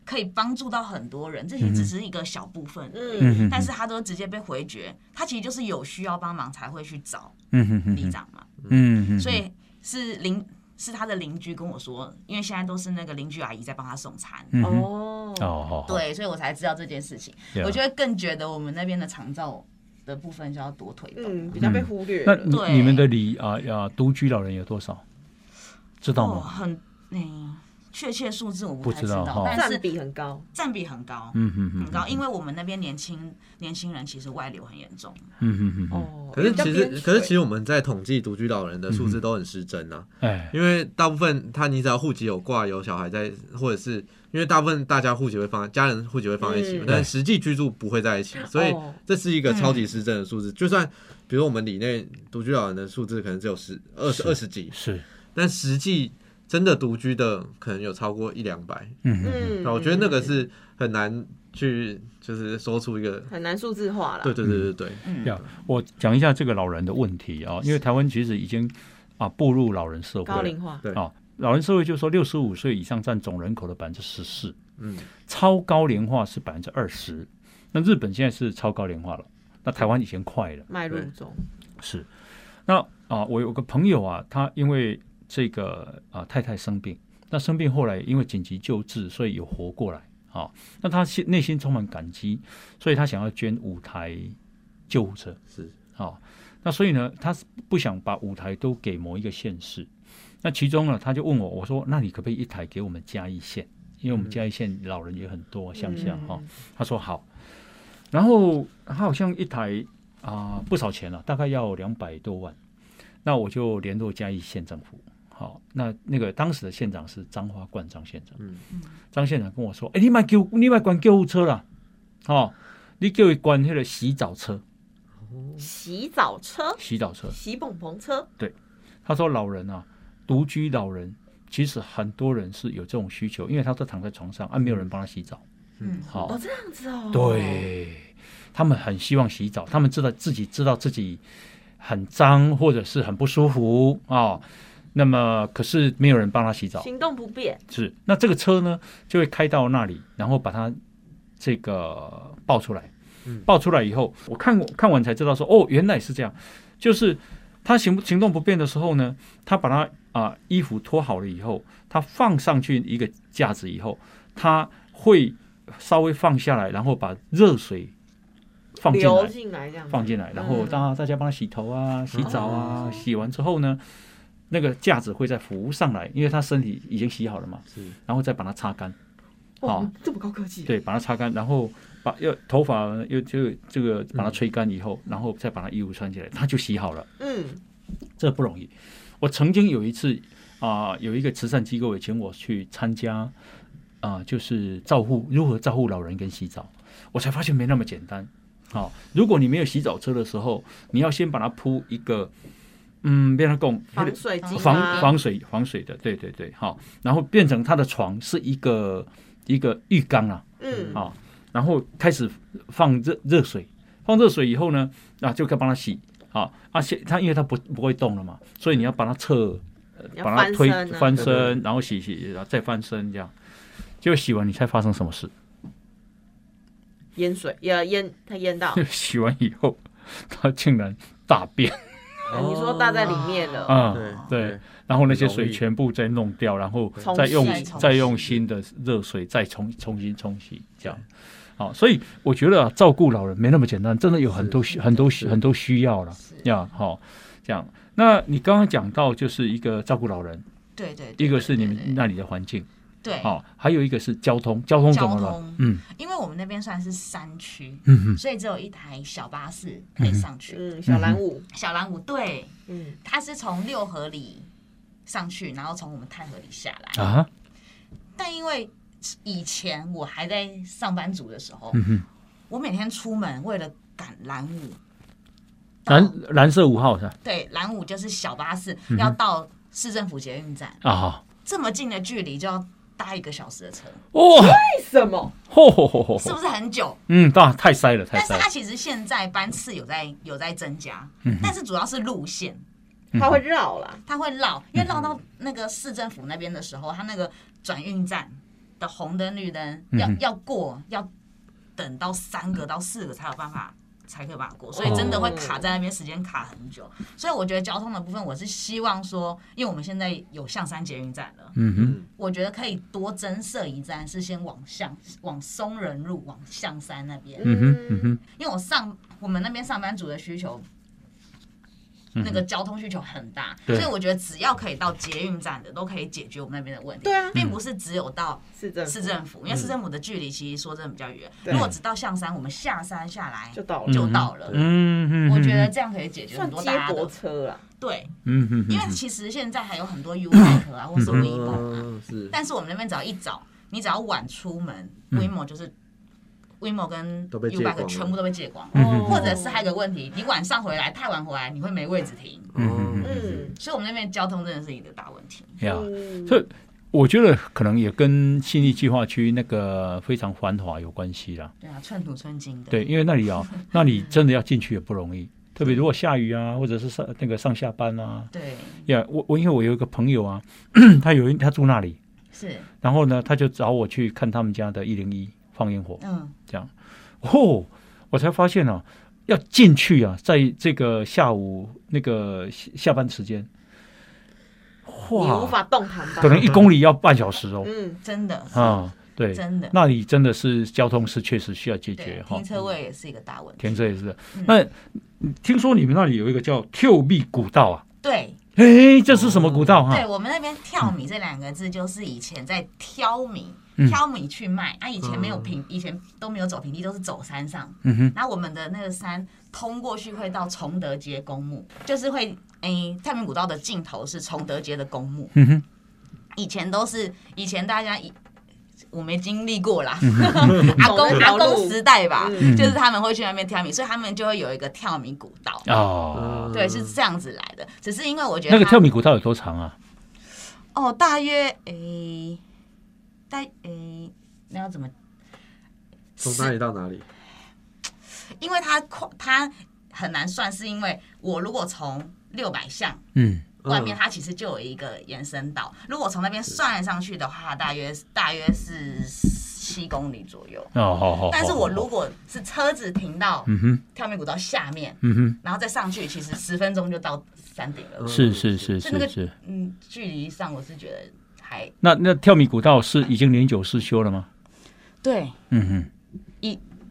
Speaker 5: 可以帮助到很多人，这些只是一个小部分而已。
Speaker 4: 嗯哼，
Speaker 5: 但是他都直接被回绝，他其实就是有需要帮忙才会去找
Speaker 4: 嗯哼哼
Speaker 5: 里
Speaker 4: 哼，
Speaker 5: 长嘛，
Speaker 4: 嗯哼，
Speaker 5: 所以是邻是他的邻居跟我说，因为现在都是那个邻居阿姨在帮他送餐，
Speaker 4: 嗯哼，
Speaker 3: 哦，
Speaker 4: 哦好，
Speaker 5: 对，所以我才知道这件事情。
Speaker 4: 对啊
Speaker 5: 我就会更觉得我们那边的长照的部分就要多推动
Speaker 3: 嗯，。比较被忽略
Speaker 4: 那
Speaker 3: 了。
Speaker 4: 你
Speaker 5: 对
Speaker 4: 你们的里啊啊独居老人有多少？知道
Speaker 5: 哦，
Speaker 4: 吗？
Speaker 5: 很嗯，确切数字我不太
Speaker 4: 不知道哈
Speaker 5: 但
Speaker 3: 占
Speaker 5: 是
Speaker 3: 比很高，
Speaker 5: 占比很高，
Speaker 4: 嗯哼
Speaker 5: 很
Speaker 4: 哼，
Speaker 5: 高，因为我们那边年轻年轻人其实外流很严重。
Speaker 4: 嗯哼哼哼，
Speaker 3: 哦，
Speaker 2: 可是
Speaker 3: 比较嗯
Speaker 2: 其
Speaker 3: 边
Speaker 2: 实，可是其
Speaker 3: 陲
Speaker 2: 实我们在统计独居老人的数字都很失真啊，
Speaker 4: 哎，
Speaker 2: 因为大部分他你只要户籍有挂有小孩在，或者是因为大部分大家户籍会放家人户籍会放在一起嘛
Speaker 3: 嗯，
Speaker 2: 但实际居住不会在一起，所以
Speaker 3: 哦
Speaker 2: 这是一个超级失真的数字。就算比如我们里内独居老人的数字可能只有十二十
Speaker 4: 是
Speaker 2: 二十几，
Speaker 4: 是，
Speaker 2: 但实际真的独居的可能有超过一两百，
Speaker 4: 嗯哼哼，
Speaker 3: 嗯，
Speaker 2: 那我觉得那个是很难去就是说出一个，
Speaker 3: 嗯很难数字化了。
Speaker 2: 对对对对对，
Speaker 5: 嗯，
Speaker 4: 要我讲一下这个老人的问题啊，因为台湾其实已经啊步入老人社
Speaker 3: 高
Speaker 4: 会了
Speaker 3: 龄化，
Speaker 2: 对
Speaker 4: 啊，老人社会就是说六十五岁以上占总人口的百分之十四，
Speaker 2: 嗯，
Speaker 4: 超高龄化是百分之二十，那日本现在是超高龄化了，那台湾以前快了。
Speaker 3: 迈入中，
Speaker 4: 是，那啊，我有个朋友啊，他因为这个啊太太生病，那生病后来因为紧急救治，所以有活过来啊。那他心内心充满感激，所以他想要捐五台救护车
Speaker 2: 是
Speaker 4: 啊。那所以呢，他是不想把五台都给某一个县市。那其中呢，他就问我，我说：“那你可不可以一台给我们嘉义县？因为我们
Speaker 2: 嗯
Speaker 4: 嘉义县老人也很多，乡下哈。
Speaker 3: 嗯
Speaker 4: 他说好，然后他好像一台啊、不少钱了、大概要两百多万。那我就联络嘉义县政府，好，那那个当时的县长是张华冠张县长，
Speaker 2: 嗯
Speaker 5: 嗯
Speaker 4: 张县长跟我说，哎、你买救，你买管救护车啦，哦，你叫伊管那个洗澡车，
Speaker 3: 洗澡车、
Speaker 4: 洗澡车。
Speaker 3: 洗蹦蹦车，
Speaker 4: 他说老人啊，独居老人，其实很多人是有这种需求，因为他都躺在床上啊，没有人帮他洗澡。
Speaker 5: 嗯，
Speaker 4: 好、
Speaker 3: 哦，这样子哦，，
Speaker 4: 对，他们很希望洗澡，他们知道自己知道自己很脏或者是很不舒服啊、哦那么可是没有人帮他洗澡，
Speaker 3: 行动不便，
Speaker 4: 是那这个车呢就会开到那里，然后把它这个抱出来
Speaker 2: 嗯，
Speaker 4: 抱出来以后，我看过看完才知道说哦，原来是这样，就是他行行动不便的时候呢，他把他啊、衣服脱好了以后，他放上去一个架子以后，他会稍微放下来，然后把热水放进
Speaker 3: 流
Speaker 4: 来，
Speaker 3: 进来这样子，
Speaker 4: 放进来，然后
Speaker 3: 嗯
Speaker 4: 大家大家帮他洗头啊、洗澡啊，
Speaker 3: 哦
Speaker 4: 洗完之后呢，那个架子会再浮上来，因为他身体已经洗好了嘛，
Speaker 2: 是
Speaker 4: 然后再把它擦干，
Speaker 3: 哇
Speaker 4: 好，
Speaker 3: 这么高科技，
Speaker 4: 啊
Speaker 3: 啊
Speaker 4: 对，把它擦干，然后把又头发又就这个把它吹干以后，然后再把它衣服穿起来，他就洗好了，
Speaker 3: 嗯，
Speaker 4: 这不容易。我曾经有一次啊、有一个慈善机构也请我去参加啊、就是照护如何照护老人跟洗澡，我才发现没那么简单。好、如果你没有洗澡车的时候，你要先把它铺一个，嗯，变成供
Speaker 3: 防水巾啊
Speaker 4: 哎防防水防水的，对对对，好、然后变成他的床是一个一个浴缸啊，
Speaker 3: 嗯，
Speaker 4: 啊，然后开始放热热水，放热水以后呢，啊，就该帮他洗啊，而且它因为它不不会动了嘛，所以你要把它侧，呃
Speaker 3: 要
Speaker 4: 把它推
Speaker 3: 翻身啊
Speaker 4: 翻
Speaker 2: 对对
Speaker 4: 身，然后洗洗，然后再翻身这样。结果洗完，你猜发生什么 事？
Speaker 3: 淹水也淹，他淹到，
Speaker 4: 洗完以后，他竟然大便
Speaker 3: 啊你说搭在里面了，
Speaker 4: 啊！
Speaker 2: 对
Speaker 4: 对，然后那些
Speaker 2: 很
Speaker 4: 水
Speaker 2: 容易
Speaker 4: 全部再弄掉，然后
Speaker 3: 重
Speaker 4: 再用
Speaker 5: 洗重
Speaker 4: 再
Speaker 5: 洗
Speaker 4: 用新的热水再重重新冲洗，这样。好，所以我觉得、啊、照顾老人没那么简单，真的有很多需很多需
Speaker 2: 是
Speaker 4: 很多需要了
Speaker 5: 是
Speaker 4: 呀。好，这样。那你刚刚讲到就是一个照顾老人，
Speaker 5: 对对，对
Speaker 4: 一个是你
Speaker 5: 对对
Speaker 4: 们那里的环境，
Speaker 5: 对，
Speaker 4: 好，还有一个是交通，交通怎么
Speaker 5: 交
Speaker 4: 了
Speaker 5: 通？
Speaker 4: 嗯
Speaker 5: 因为我们那边算是山区，
Speaker 4: 嗯嗯
Speaker 5: 所以只有一台小巴士可以上去。
Speaker 3: 嗯，小蓝舞，
Speaker 5: 小蓝五对，
Speaker 3: 嗯，
Speaker 5: 它是从六合里上去，然后从我们太和里下来。
Speaker 4: 啊，
Speaker 5: 但因为以前我还在上班族的时候，
Speaker 4: 嗯哼，
Speaker 5: 我每天出门为了赶蓝五，
Speaker 4: 蓝蓝色五号是吧？
Speaker 5: 对蓝五就是小巴士，
Speaker 4: 嗯
Speaker 5: 要到市政府捷运站，
Speaker 4: 啊，好
Speaker 5: 这么近的距离就要搭一个小时的车，
Speaker 4: 哇，
Speaker 3: 为什么？
Speaker 4: 吼吼吼吼
Speaker 5: 是
Speaker 4: 吼，
Speaker 5: 不是很久？
Speaker 4: 嗯，大太塞哦了，太
Speaker 5: 但是
Speaker 4: 塞了
Speaker 5: 它，其实现在班次有在有在增加，
Speaker 4: 嗯
Speaker 5: 但是主要是路线。
Speaker 3: 他会绕啦，
Speaker 5: 它会绕，因
Speaker 4: 嗯
Speaker 5: 为绕到那个市政府那边的时候，它那个转运站的红灯、绿灯要、
Speaker 4: 嗯哼
Speaker 5: 要过，要等到三个到四个才有办法。才可以把它过，所以
Speaker 4: 哦
Speaker 5: 真的会卡在那边，时间卡很久。所以我觉得交通的部分，我是希望说，因为我们现在有象山捷运站了，
Speaker 4: 嗯哼，
Speaker 5: 我觉得可以多增设一站，是先往象往松仁路往象山那边，
Speaker 4: 嗯哼，嗯哼，
Speaker 5: 因为我上我们那边上班族的需求，那个交通需求很大，
Speaker 4: 嗯对
Speaker 5: 所以我觉得只要可以到捷运站的，都可以解决我们那边的问题。
Speaker 3: 对
Speaker 4: 嗯
Speaker 3: 啊
Speaker 5: 并不是只有到
Speaker 3: 是这
Speaker 5: 市政府，因为市政府的距离其实说真的比较远。
Speaker 3: 对
Speaker 5: 如果只到象山，我们下山下来
Speaker 3: 就到了，
Speaker 5: 就到了。
Speaker 4: 嗯哼，
Speaker 5: 我觉得这样可以解决
Speaker 3: 算
Speaker 5: 很多
Speaker 3: 接
Speaker 5: 大家
Speaker 3: 驳
Speaker 5: 的
Speaker 3: 车啦，
Speaker 5: 对，
Speaker 4: 嗯哼，嗯哼，
Speaker 5: 因为其实现在还有 很多 U bike 啊，或是 w e b o
Speaker 2: 嗯是
Speaker 5: 但是我们那边只要一早，你只要晚出门
Speaker 4: 嗯
Speaker 5: w e m o 就是 w e m o 跟
Speaker 2: 都被
Speaker 5: U
Speaker 2: 借光
Speaker 5: bike
Speaker 2: 了
Speaker 5: 全部都被借光了。
Speaker 4: 嗯
Speaker 3: 哦
Speaker 5: 或者是还有个问题，你晚上回来太晚回来，你会没位置停，
Speaker 2: 哦
Speaker 3: 嗯，
Speaker 5: 所以我们那边交通真的是一个大问题。
Speaker 4: 呀，
Speaker 3: 嗯
Speaker 4: 这我觉得可能也跟信义计划区那个非常繁华有关系啦。
Speaker 5: 对啊，寸土寸金的。
Speaker 4: 对，，因为那里 啊，那里真的要进去也不容易，特别如果下雨啊，或者是上那个上下班啊。
Speaker 5: 对，
Speaker 4: 呀、我我因为我有一个朋友啊， 他有一他住那里，
Speaker 5: 是，
Speaker 4: 然后呢，他就找我去看他们家的一零一放烟火，
Speaker 5: 嗯，
Speaker 4: 这样，哦，我才发现啊，要进去啊，在这个下午那个下下班时间，
Speaker 3: 你无
Speaker 4: 哇，
Speaker 3: 法动弹吧
Speaker 4: 可？能一公里要半小时哦，
Speaker 3: 嗯，
Speaker 5: 真的，
Speaker 4: 啊，对，
Speaker 5: 真的，
Speaker 4: 那里真的是交通是确实需要解决
Speaker 5: 对，
Speaker 4: 哈
Speaker 5: 停，车位也是一个大问题。
Speaker 4: 停车也是。
Speaker 5: 嗯
Speaker 4: 那听说你们那里有一个叫 Q 币古道
Speaker 5: 嗯
Speaker 4: 啊？
Speaker 5: 对，
Speaker 4: 哎，这是什么古道
Speaker 5: 对
Speaker 4: 哈？
Speaker 5: 我们那边“跳米”这两个字，就是以前在挑米
Speaker 4: 嗯。
Speaker 5: 挑米去卖，啊，以前没有
Speaker 2: 嗯
Speaker 5: 平，以前都没有走平地，都是走山上。
Speaker 4: 嗯哼，
Speaker 5: 那我们的那个山通过去会到崇德街公墓，就是会诶，太平古道的尽头是崇德街的公墓。
Speaker 4: 嗯哼，
Speaker 5: 以前都是以前大家以我没经历过啦，
Speaker 4: 嗯
Speaker 5: 阿公
Speaker 3: 走那
Speaker 5: 阿
Speaker 3: 条路
Speaker 5: 公时代吧，
Speaker 3: 嗯
Speaker 5: 就是他们会去那边跳米，所以他们就会有一个跳米古道。
Speaker 3: 嗯
Speaker 6: 哦，
Speaker 5: 对，是这样子来的。只是因为我觉
Speaker 4: 啊
Speaker 5: 得
Speaker 4: 那个
Speaker 5: 它
Speaker 4: 跳米古道有多长啊？
Speaker 5: 哦，大约诶，大诶，那要怎么？
Speaker 2: 从哪里到哪里？
Speaker 5: 因为它跨它很难算，是因为我如果从六百项
Speaker 4: 嗯，
Speaker 5: 外面，
Speaker 2: 嗯
Speaker 5: 它其实就有一个延伸岛，如果从那边算上去的话，大约大约是七公里左右。
Speaker 4: 哦，好好好。
Speaker 5: 但是我
Speaker 4: 好
Speaker 5: 如果是车子停到
Speaker 4: 嗯哼，
Speaker 5: 跳面古道下面，
Speaker 4: 嗯哼，
Speaker 5: 然后再上去，其实十分钟就到山顶了。
Speaker 4: 是是是
Speaker 5: 嗯就那个
Speaker 4: 是是。
Speaker 5: 嗯，距离上我是觉得还
Speaker 4: 那那跳米古道是已经年久失修了吗？
Speaker 5: 对，
Speaker 4: 嗯哼，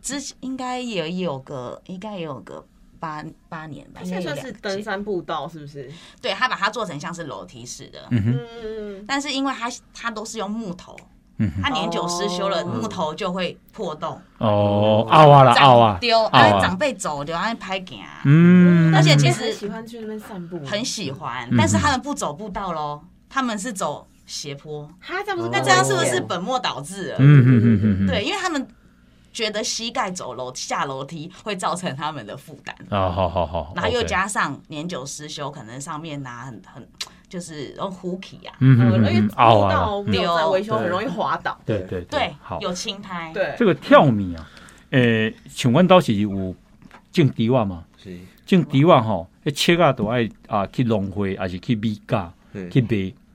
Speaker 5: 之前应该也有个，应该也有个八八年吧，
Speaker 3: 它现在
Speaker 5: 应该有
Speaker 3: 算是
Speaker 5: 两
Speaker 3: 登
Speaker 5: 届，
Speaker 3: 山步道，是不是？
Speaker 5: 对他把它做成像是楼梯式的，
Speaker 4: 嗯哼，
Speaker 3: 嗯，
Speaker 5: 但是因为它它都是用木头，
Speaker 4: 嗯哼，
Speaker 5: 它年久失修了，
Speaker 3: 哦
Speaker 5: 木头就会破洞，
Speaker 4: 哦，凹啊啦，凹啊
Speaker 5: 长，丢，
Speaker 4: 凹
Speaker 5: 啊长
Speaker 4: 啊，
Speaker 5: 辈走留爱拍行啊，
Speaker 4: 嗯，
Speaker 5: 而且其
Speaker 3: 其
Speaker 5: 实
Speaker 3: 实喜欢去那边散步，
Speaker 5: 很喜欢
Speaker 4: 嗯，
Speaker 5: 但是他们不走步道喽，他们是走斜坡，
Speaker 3: 哈，这样不是
Speaker 5: 那
Speaker 3: 更
Speaker 5: 这样是不
Speaker 3: 危
Speaker 5: 是
Speaker 3: 险
Speaker 5: 本末倒置了？
Speaker 4: 哦嗯哼哼哼哼，
Speaker 5: 对，因为他们觉得膝盖走楼下楼梯会造成他们的负担。
Speaker 4: 啊，好好好，
Speaker 5: 然后又
Speaker 4: OK，
Speaker 5: 加上年久失修，可能上面拿很很就是用 h o o k y 啊，
Speaker 4: 嗯
Speaker 3: 呃
Speaker 4: 哼
Speaker 3: 因为
Speaker 4: 哼
Speaker 3: 步
Speaker 4: 哼，凹啊啦，
Speaker 3: 道没有在维修，很容易滑倒。
Speaker 4: 对对
Speaker 5: 对，
Speaker 4: 好，
Speaker 5: 有青苔，，
Speaker 3: 对，
Speaker 4: 这个跳米啊，诶，请问到是有种地话吗？
Speaker 2: 是
Speaker 4: 种地话吼，迄切啊都爱啊去农会，还是去米价
Speaker 2: 对
Speaker 4: 去卖，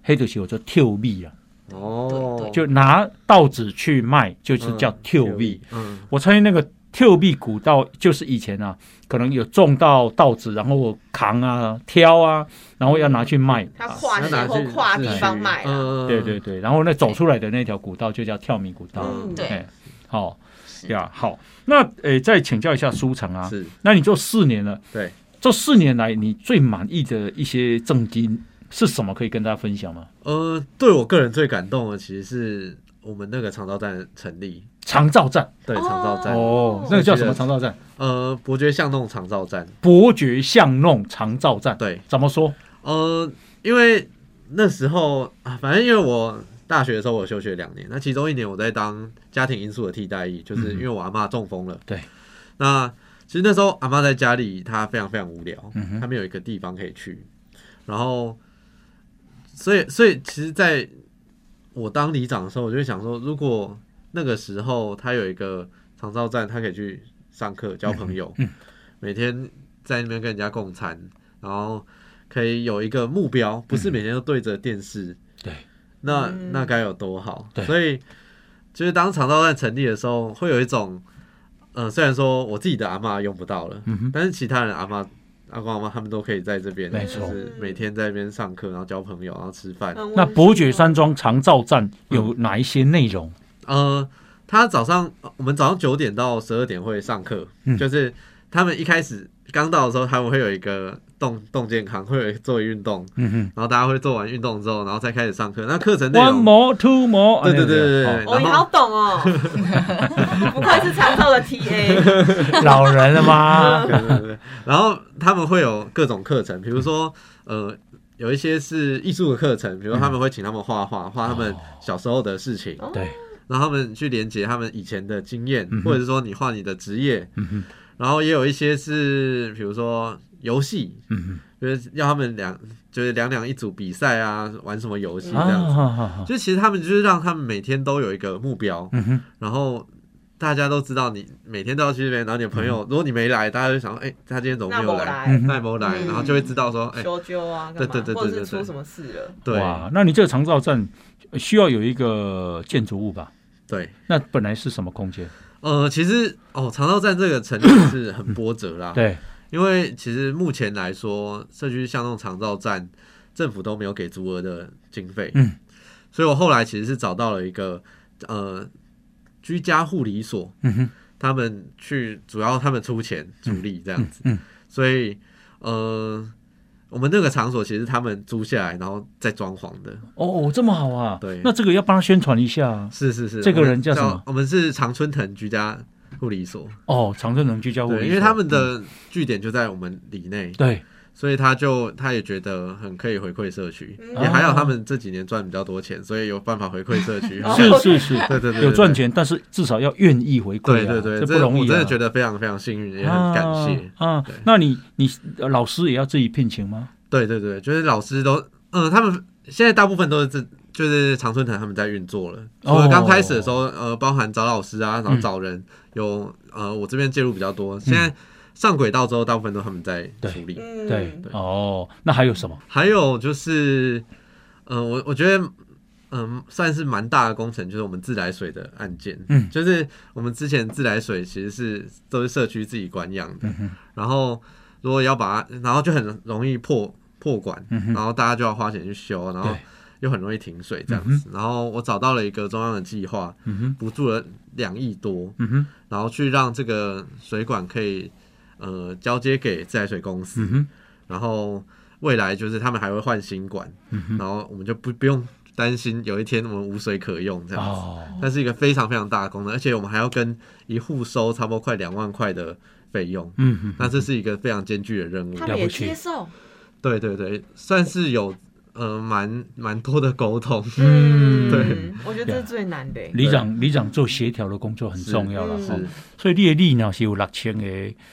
Speaker 4: 迄就是叫做跳米啊，
Speaker 2: 哦，
Speaker 4: 就拿稻子去卖，就是叫跳米。
Speaker 2: 嗯
Speaker 4: 我猜那个跳壁古道就是以前啊，可能有种到稻子，然后扛啊、挑啊，然后要拿去卖。
Speaker 3: 它
Speaker 4: 啊
Speaker 3: 跨时或跨地方卖啦。
Speaker 2: 嗯，
Speaker 4: 对对对，然后那走出来的那条古道就叫跳米古道。
Speaker 3: 嗯
Speaker 5: 对
Speaker 4: 哎，好
Speaker 5: 是
Speaker 4: 呀，好。那诶，再请教一下舒城啊，
Speaker 2: 是
Speaker 4: 那你做四年了，
Speaker 2: 对，
Speaker 4: 这四年来你最满意的一些政经是什么？可以跟大家分享吗？
Speaker 2: 呃，对我个人最感动的其实是我们那个长照站成立，
Speaker 4: 长照站
Speaker 2: 对长照站，
Speaker 4: 哦，那个叫什么
Speaker 2: 我觉
Speaker 4: 长照站？
Speaker 2: 呃，伯爵巷弄长照站，
Speaker 4: 伯爵巷弄长照站，
Speaker 2: 对，
Speaker 4: 怎么说？
Speaker 2: 呃，因为那时候啊，反正因为我大学的时候我休学两年，那其中一年我在当家庭因素的替代役，就是因为我阿妈中风了。
Speaker 4: 嗯对，
Speaker 2: 那其实那时候阿妈在家里，她非常非常无聊，
Speaker 4: 嗯哼
Speaker 2: 她没有一个地方可以去，然后，所以所以其实在我当里长的时候，我就会想说，如果那个时候她有一个长照站，她可以去上课交朋友，
Speaker 4: 嗯
Speaker 2: 每天在那边跟人家共餐，然后可以有一个目标，不是每天都对着电视。
Speaker 4: 对，
Speaker 2: 那
Speaker 3: 嗯
Speaker 2: 那该有多好
Speaker 4: 对！
Speaker 2: 所以就是当肠道站成立的时候，会有一种，呃，虽然说我自己的阿嬷用不到了，
Speaker 4: 嗯哼
Speaker 2: 但是其他人阿嬷、阿公、阿妈他们都可以在这边，
Speaker 4: 没
Speaker 2: 就
Speaker 4: 错
Speaker 2: 是每天在这边上课，然后交朋友，然后吃饭。
Speaker 3: 很温馨
Speaker 4: 那伯爵山庄长照站有哪一些内容？
Speaker 2: 呃，他早上呃我们早上九点到十二点会上课，
Speaker 4: 嗯
Speaker 2: 就是他们一开始刚到的时候，他们会有一个动动健康，会有一个做运动，
Speaker 4: 嗯哼
Speaker 2: 然后大家会做完运动之后，然后再开始上课。那课程内
Speaker 4: ，One
Speaker 2: 容，
Speaker 4: more, two more，
Speaker 2: 嗯对对对对
Speaker 4: 啊那
Speaker 2: 对
Speaker 4: 个
Speaker 3: 哦，你好懂哦，不愧是长照的 TA，
Speaker 4: 哦老人了 吗？
Speaker 2: 对对对，然后他们会有各种课程，比 如说呃，有一些是艺术的课程，比如他们会请他们画画，画他
Speaker 4: 哦
Speaker 2: 们小时候的事情，
Speaker 3: 哦
Speaker 4: 对，
Speaker 2: 让他们去连接他们以前的经验，
Speaker 4: 嗯哼
Speaker 2: 或者是说你画你的职业，
Speaker 4: 嗯哼，
Speaker 2: 然后也有一些是比如说游戏，
Speaker 4: 嗯
Speaker 2: 就是要他们两就是两两一组比赛啊，玩什么游戏
Speaker 4: 哼，
Speaker 2: 这样子。
Speaker 4: 啊好好好，
Speaker 2: 就其实他们就是让他们每天都有一个目标，
Speaker 4: 嗯哼，
Speaker 2: 然后大家都知道你每天都要去那边，然后你的朋友、如果你没来，大家就想说，哎、他今天怎么
Speaker 3: 那
Speaker 2: 没
Speaker 3: 我
Speaker 2: 有来？
Speaker 3: 来
Speaker 4: 嗯
Speaker 2: 奈博来，
Speaker 5: 嗯
Speaker 2: 然后就会知道说，哎、
Speaker 3: 修修啊，干
Speaker 2: 对
Speaker 3: 嘛
Speaker 2: 对对对
Speaker 3: 或者是
Speaker 2: 对对
Speaker 3: 出什么事了，
Speaker 2: 对
Speaker 4: 哇，那你这个长照站呃需要有一个建筑物吧？
Speaker 2: 对，
Speaker 4: 那本来是什么空间？
Speaker 2: 呃，其实哦，肠道站这个成立是很波 折啦，
Speaker 4: 对，
Speaker 2: 因为其实目前来说，社区巷弄肠道站政府都没有给足额的经费，
Speaker 4: 嗯，
Speaker 2: 所以我后来其实是找到了一个呃居家护理所，
Speaker 4: 嗯哼，
Speaker 2: 他们去主要他们出钱出力这样子，
Speaker 4: 嗯嗯
Speaker 2: 所以呃。我们那个场所其实他们租下来，然后再装潢的。
Speaker 4: 哦，这么好啊，
Speaker 2: 对
Speaker 4: 那这个要帮他宣传一下啊。
Speaker 2: 是是是，
Speaker 4: 这个
Speaker 2: 我们
Speaker 4: 人叫什么
Speaker 2: 我们是常春藤居家护理所，
Speaker 4: 哦，长春能居家护理
Speaker 2: 对，
Speaker 4: 所，
Speaker 2: 嗯因为他们的据点就在我们里内，
Speaker 4: 对，
Speaker 2: 所以他就他也觉得很可以回馈社区，
Speaker 3: 嗯
Speaker 2: 也还好他们这几年赚比较多钱，所以有办法回馈社区。
Speaker 3: 哦
Speaker 4: 是是是，
Speaker 2: 对对对，对
Speaker 4: 有赚。钱，但是至少要愿意回馈、啊，
Speaker 2: 对对对，
Speaker 4: 这不容易、啊。
Speaker 2: 我真的觉得非常非常幸运，也很感谢。
Speaker 4: 啊。啊
Speaker 2: 对
Speaker 4: 那你你呃老师也要自己聘请吗？
Speaker 2: 对对对，就是老师都，嗯，他们现在大部分都是这，就是常春藤他们在运作了。
Speaker 4: 哦嗯
Speaker 2: 我刚开始的时候，呃，包含找老师啊，然后找人，有呃，我这边介入比较多。现在上轨道之后，大部分都他们在
Speaker 4: 对
Speaker 2: 处理。
Speaker 3: 嗯
Speaker 4: 对，
Speaker 2: 对
Speaker 4: 哦，那还有什么？
Speaker 2: 还有就是，嗯、我我觉得，嗯、算是蛮大的工程，就是我们自来水的案件。
Speaker 4: 嗯，
Speaker 2: 就是我们之前自来水其实是都是社区自己管养的，
Speaker 4: 嗯哼
Speaker 2: 然后如果要把它，然后就很容易破破管，然后大家就要花钱去修，然后
Speaker 4: 嗯对嗯
Speaker 2: 又很容易停水这样子。然后我找到了一个中央的计划，补助了两亿多，
Speaker 4: 嗯哼，
Speaker 2: 然后去让这个水管可以呃交接给自来水公司，
Speaker 4: 嗯哼
Speaker 2: 然后未来就是他们还会换新管，
Speaker 4: 嗯
Speaker 2: 然后我们就不不用担心有一天我们无水可用这样子。
Speaker 4: 哦，
Speaker 2: 那是一个非常非常大的功能，而且我们还要跟一户收差不多快两万块的费用，
Speaker 4: 嗯哼，
Speaker 2: 那这是一个非常艰巨的任务
Speaker 3: 他。
Speaker 4: 了
Speaker 3: 们
Speaker 4: 不
Speaker 3: 也
Speaker 4: 起
Speaker 3: 接受，
Speaker 2: 对对对，算是有呃蛮蛮多的沟通。
Speaker 3: 嗯，
Speaker 2: 对，
Speaker 3: 我觉得这是最难的。
Speaker 4: 里长里长做协调的工作很重要了
Speaker 3: 是
Speaker 4: 哈
Speaker 2: 是。
Speaker 4: 所以列例呢是有六千个，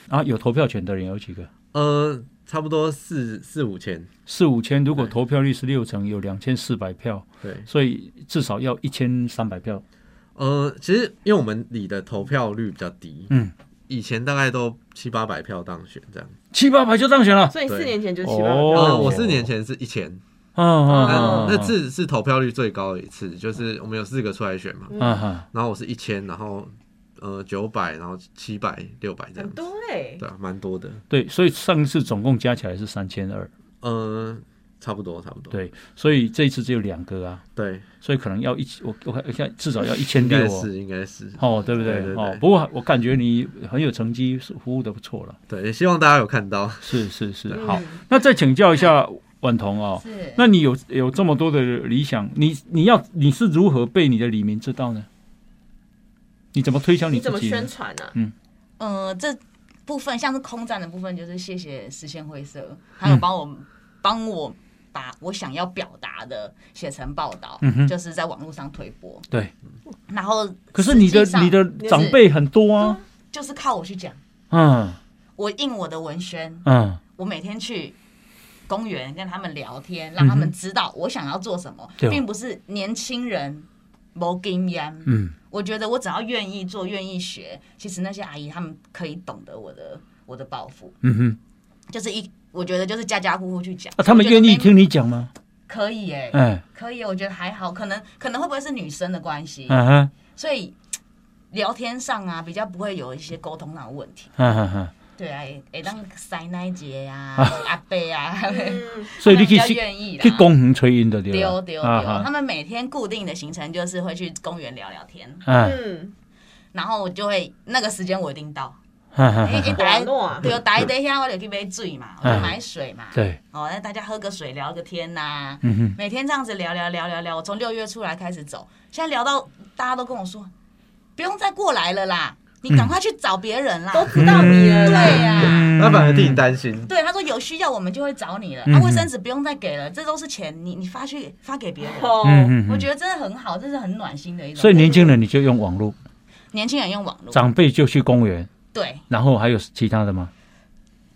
Speaker 4: 啊，有投票权的人有几个？
Speaker 2: 呃，差不多四四五千，
Speaker 4: 四五千，如果投票率是六成，有两千四百票，
Speaker 2: 对，
Speaker 4: 所以至少要一千三百票。
Speaker 2: 呃，其实因为我们里的投票率比较低，
Speaker 4: 嗯，
Speaker 2: 以前大概都七八百票当选这样。
Speaker 4: 七八百就当选了，
Speaker 3: 所以你
Speaker 2: 对
Speaker 3: 四年前就
Speaker 4: 哦
Speaker 3: 七八百
Speaker 4: 哦
Speaker 2: 呃，
Speaker 3: 票，
Speaker 2: 我四年前是一千，
Speaker 4: 啊啊
Speaker 2: 那
Speaker 4: 啊！
Speaker 2: 那次是投票率最高的一次，就是我们有四个出来选嘛，
Speaker 4: 啊哈，
Speaker 2: 然后我是一千，然后呃九百，然后七百、六百这样
Speaker 3: 很
Speaker 2: 子，
Speaker 3: 多哎，
Speaker 2: 对啊，蛮多的，
Speaker 4: 对，所以上次总共加起来是三千二，
Speaker 2: 嗯、差不多，差不多，
Speaker 4: 对，所以这一次只有两个啊，
Speaker 2: 对，
Speaker 4: 所以可能要一起，我我看现在至少 要一千
Speaker 2: 应该
Speaker 4: 六哦，
Speaker 2: 是，应该是，
Speaker 4: 哦，对不对？
Speaker 2: 对对对
Speaker 4: 哦，不过我感觉你很有成绩，是服务的不错了，
Speaker 2: 对，也希望大家有看到，
Speaker 4: 是是是，
Speaker 3: 嗯
Speaker 4: 好，那再请教一下婉彤哦，
Speaker 5: 是
Speaker 4: 那你有有这么多的理想，你你要你是如何被你的李明知道呢？你怎么推销
Speaker 3: 你
Speaker 4: 自
Speaker 3: 怎么
Speaker 4: 己呢？
Speaker 3: 宣传啊呢？
Speaker 5: 呃，这部分像是空战的部分，就是谢谢实现灰色，还有帮
Speaker 4: 嗯
Speaker 5: 我帮、我把我想要表达的写成报道，
Speaker 4: 嗯哼
Speaker 5: 就是在网络上推播。
Speaker 4: 对，
Speaker 5: 然后
Speaker 4: 可是你的
Speaker 5: 实际上
Speaker 4: 你的长辈很多啊，
Speaker 5: 就是靠我去讲，
Speaker 4: 嗯
Speaker 5: 我印我的文宣，
Speaker 4: 嗯，
Speaker 5: 我每天去。公园跟他们聊天，让他们知道我想要做什么，
Speaker 4: 嗯对哦
Speaker 5: 并不是年轻人没经验。
Speaker 4: 嗯，
Speaker 5: 我觉得我只要愿意做、愿意学，其实那些阿姨她们可以懂得我的我的抱负。
Speaker 4: 嗯哼，
Speaker 5: 就是一，我觉得就是家家户户去讲、
Speaker 4: 啊，他们愿意
Speaker 5: 我觉得没，
Speaker 4: 听你讲吗？
Speaker 5: 可以耶、
Speaker 4: 哎，
Speaker 5: 可以耶，我觉得还好，可能可能会不会是女生的关系，
Speaker 4: 嗯哼，
Speaker 5: 所以嘖聊天上啊比较不会有一些沟通上的问题。
Speaker 4: 嗯哼哼，
Speaker 5: 对啊，哎，当塞奶姐呀、阿贝啊，他
Speaker 4: 哎
Speaker 5: 们
Speaker 3: 嗯，
Speaker 4: 所以你
Speaker 5: 比
Speaker 4: 去
Speaker 5: 较
Speaker 4: 去
Speaker 5: 愿意啦哦
Speaker 4: 去。公啊园吹音的对吧
Speaker 5: 丢丢丢，他，们每天固定的行程就是会去公园聊聊天，
Speaker 4: 嗯
Speaker 3: 嗯，
Speaker 5: 然后我就会那个时间我一定到，
Speaker 4: 嗯
Speaker 5: 哎
Speaker 4: 哼
Speaker 5: 哎，
Speaker 4: 哼，
Speaker 5: 大
Speaker 3: 网络啊
Speaker 5: 家对，大家等一下我就去买水嘛，我就买水嘛，
Speaker 4: 嗯对，
Speaker 5: 哦，那大家喝个水聊个天呐、
Speaker 4: 嗯哼。
Speaker 5: 每天这样子聊聊聊聊聊，我从六月出来开始走，现在聊到大家都跟我说，不用再过来了啦，你赶快去找别人啦。
Speaker 3: 都知道你了
Speaker 5: 啊嗯对啊
Speaker 3: 啦，
Speaker 5: 呀、
Speaker 2: 那反而替你担心，
Speaker 5: 对，他说有需要我们就会找你了，
Speaker 4: 嗯
Speaker 5: 啊，卫生纸不用再给了，这都是钱，你你发去发给别人。
Speaker 3: 哦，
Speaker 4: 嗯嗯
Speaker 5: 我
Speaker 4: 嗯
Speaker 5: 觉得真的很好，这是很暖心的一种。
Speaker 4: 所以年轻人你就用网络，
Speaker 5: 年轻人用网络，
Speaker 4: 长辈就去公园，
Speaker 5: 对，
Speaker 4: 然后还有其他的吗？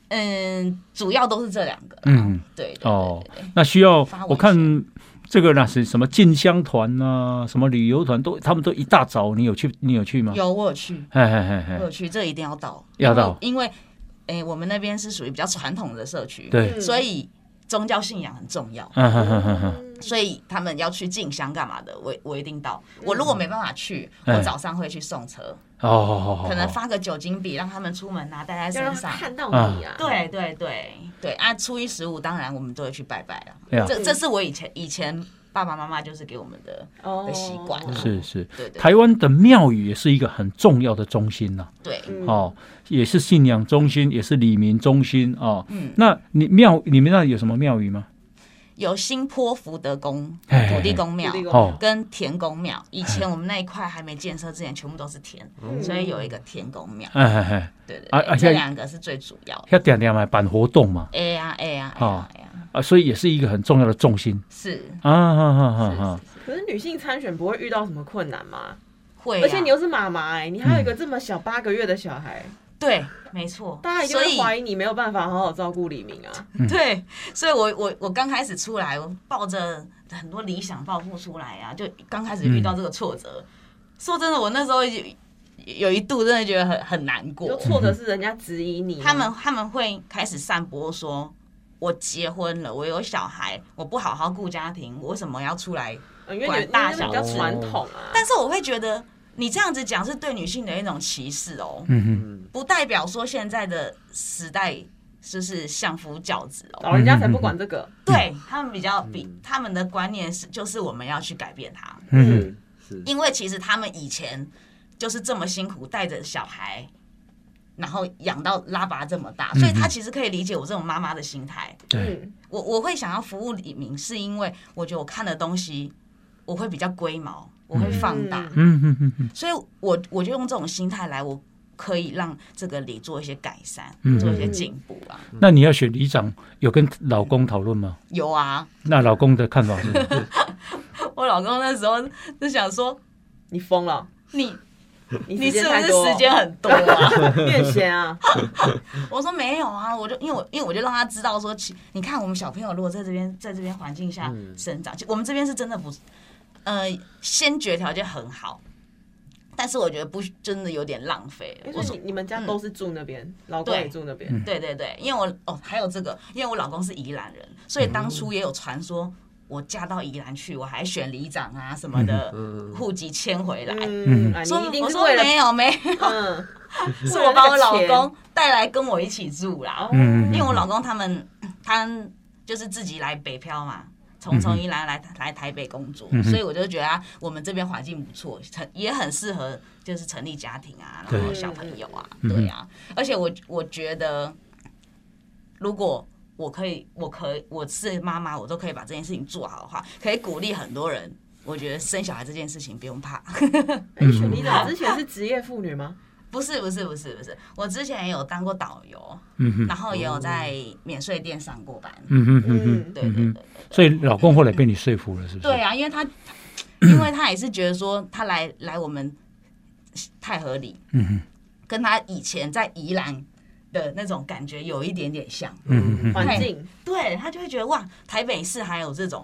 Speaker 5: 嗯，主要都是这两个。
Speaker 4: 嗯
Speaker 5: 嗯，对对
Speaker 4: 哦
Speaker 5: 对对对
Speaker 4: 那需要
Speaker 5: 发文
Speaker 4: 我看这个那是什么进香团呐，什么旅游团都，他们都一大早，你有去你有去吗？，
Speaker 5: 有我有去，
Speaker 4: 嘿嘿嘿
Speaker 5: 我
Speaker 4: 嘿，
Speaker 5: 有去，这一定要到，
Speaker 4: 要到
Speaker 5: 因为，哎、我们那边是属于比较传统的社区，
Speaker 4: 对，
Speaker 3: 嗯
Speaker 5: 所以宗教信仰很重要，
Speaker 4: 嗯哼哼哼哼，
Speaker 5: 所以他们要去进香干嘛的，我我一定到。我如果没办法去，
Speaker 4: 嗯哎
Speaker 5: 我早上会去送车，
Speaker 4: 哦好好好，
Speaker 5: 可能发个酒精笔让他们出门拿带在
Speaker 3: 要
Speaker 5: 身
Speaker 3: 让
Speaker 5: 上
Speaker 3: 他。看到你啊，
Speaker 5: 对对对对啊！初一十五当然我们都会去拜拜
Speaker 4: 哎呀
Speaker 5: 了，这这是我以前以前爸爸妈妈就是给我们的
Speaker 3: 哦
Speaker 5: 的习惯啊。
Speaker 4: 是是。
Speaker 5: 对对
Speaker 4: 台湾的庙宇也是一个很重要的中心呐、
Speaker 5: 对，
Speaker 3: 嗯
Speaker 4: 哦，也是信仰中心，也是礼民中心哦。
Speaker 5: 嗯，
Speaker 4: 那你庙你们那里有什么庙宇吗？
Speaker 5: 有新坡福德宫
Speaker 4: 嘿
Speaker 5: 土地公庙
Speaker 3: 土地公
Speaker 4: 哦，
Speaker 5: 跟田公庙。以
Speaker 4: 哎
Speaker 5: 前我们那一块还没建设之前，全部都是田，所以有一个田公庙。
Speaker 4: 哎哎哎，
Speaker 5: 对对
Speaker 4: 哦啊啊
Speaker 5: 对，这
Speaker 4: 现在
Speaker 5: 两个是最主要的。
Speaker 4: 要点点来办活动嘛，
Speaker 5: 哎呀哎呀哎
Speaker 4: 哦
Speaker 5: 呀哎呀，
Speaker 4: 啊，所以也是一个很重要的重心
Speaker 5: 是
Speaker 4: 啊哈哈哈
Speaker 5: 是
Speaker 4: 哈，
Speaker 5: 是
Speaker 3: 可是女性参选不会遇到什么困难吗？
Speaker 5: 会啊，
Speaker 3: 而且你又是妈妈哎，你还有一个这么小八个月的小孩，
Speaker 5: 嗯对，没错，
Speaker 3: 大家一定
Speaker 5: 所
Speaker 3: 会
Speaker 5: 以
Speaker 3: 怀疑你没有办法好好照顾李明啊。
Speaker 5: 对，所以我我我刚开始出来，我抱着很多理想抱负出来啊，就刚开始遇到这个挫折。说真的，我那时候有有一度真的觉得很很难
Speaker 3: 就
Speaker 5: 过。
Speaker 3: 错的是人家质疑你，啊
Speaker 5: 他们他们会开始散播说，我结婚了，我有小孩，我不好好顾家庭，我为什么要出来？
Speaker 3: 呃因为
Speaker 5: 管
Speaker 3: 你
Speaker 5: 大
Speaker 3: 你那边比较
Speaker 5: 小事
Speaker 3: 传统啊。
Speaker 5: 但是我会觉得你这样子讲是对女性的一种歧视哦，
Speaker 4: 嗯
Speaker 2: 嗯，
Speaker 5: 不代表说现在的时代就是相夫教子哦。
Speaker 3: 老人家才
Speaker 4: 嗯
Speaker 3: 不管这个，
Speaker 5: 对他们比较比、
Speaker 2: 嗯
Speaker 5: 他们的观念是，就是我们要去改变它，
Speaker 4: 哼嗯哼
Speaker 2: 是是，
Speaker 5: 因为其实他们以前就是这么辛苦带着小孩，然后养到拉拔这么
Speaker 4: 嗯
Speaker 5: 大，所以他其实可以理解我这种妈妈的心态。
Speaker 4: 对，
Speaker 3: 嗯，
Speaker 5: 我我会想要服务李明，是因为我觉得我看的东西我会比较龟毛，我会放大，
Speaker 3: 嗯
Speaker 4: 嗯哼哼哼，
Speaker 5: 所以我我就用这种心态来，我可以让这个里做一些改善，
Speaker 4: 嗯
Speaker 5: 做一些进步啊。
Speaker 4: 那你要选里长，有跟老公讨论吗？
Speaker 5: 有啊，
Speaker 4: 那老公的看法是？
Speaker 5: 我老公那时候就想说，你
Speaker 3: 你疯了，
Speaker 5: 你
Speaker 3: 你
Speaker 5: 你
Speaker 3: 时
Speaker 5: 是
Speaker 3: 间
Speaker 5: 不
Speaker 3: 太
Speaker 5: 是
Speaker 3: 多
Speaker 5: 时间很多啊？
Speaker 3: 变闲啊？
Speaker 5: 我说没有啊，我就因为我因为我就让他知道说，其你看我们小朋友如果在这边在这边环境下
Speaker 2: 嗯
Speaker 5: 生长，其我们这边是真的不，呃，先决条件很好，但是我觉得不真的有点浪费了。
Speaker 3: 因
Speaker 5: 我
Speaker 3: 为
Speaker 5: 说嗯
Speaker 3: 你你们家都是住那边，老公
Speaker 5: 对
Speaker 3: 也住那边，
Speaker 5: 对对对，因为我哦还有这个，因为我老公是宜兰人，所以当初也有传说。我嫁到宜兰去，我还选里长啊什么的
Speaker 2: 嗯嗯，嗯
Speaker 5: 户籍迁回来。
Speaker 3: 嗯，啊，
Speaker 5: 说
Speaker 3: 你一定
Speaker 5: 我
Speaker 3: 是
Speaker 5: 说
Speaker 3: 为了
Speaker 5: 没有没有，
Speaker 3: 嗯，
Speaker 5: 是
Speaker 3: 为了
Speaker 5: 我把我
Speaker 3: 那
Speaker 5: 老
Speaker 3: 个钱
Speaker 5: 公带来跟我一起住啦。
Speaker 4: 嗯，
Speaker 5: 因为我老公他们他就是自己来北漂嘛，从从宜兰来来台北工作，
Speaker 4: 嗯哼
Speaker 5: 所以我就觉得、啊、我们这边环境不错，成也很适合就是成立家庭啊，
Speaker 4: 对
Speaker 5: 然后小朋友啊，
Speaker 4: 嗯
Speaker 5: 对啊，而且我我觉得如果。我可以，我可以，我是妈妈，我都可以把这件事情做好的话，可以鼓励很多人。我觉得生小孩这件事情不用怕，
Speaker 3: 哎你选里长之前是职业妇女吗？
Speaker 5: 不是不是不是不是，我之前也有当过导游，
Speaker 4: 嗯哼
Speaker 5: 然后也有在免税店上过班，
Speaker 4: 嗯哼哼哼，
Speaker 5: 对对对对。
Speaker 4: 所以老公后来被你说服了，是不是？
Speaker 5: 对啊，因为他，因为他也是觉得说他来来我们太合理，
Speaker 4: 嗯哼，
Speaker 5: 跟他以前在宜兰的那种感觉有一点点像。
Speaker 4: 嗯哼哼，
Speaker 3: 环境，
Speaker 5: 对他就会觉得哇，台北市还有这种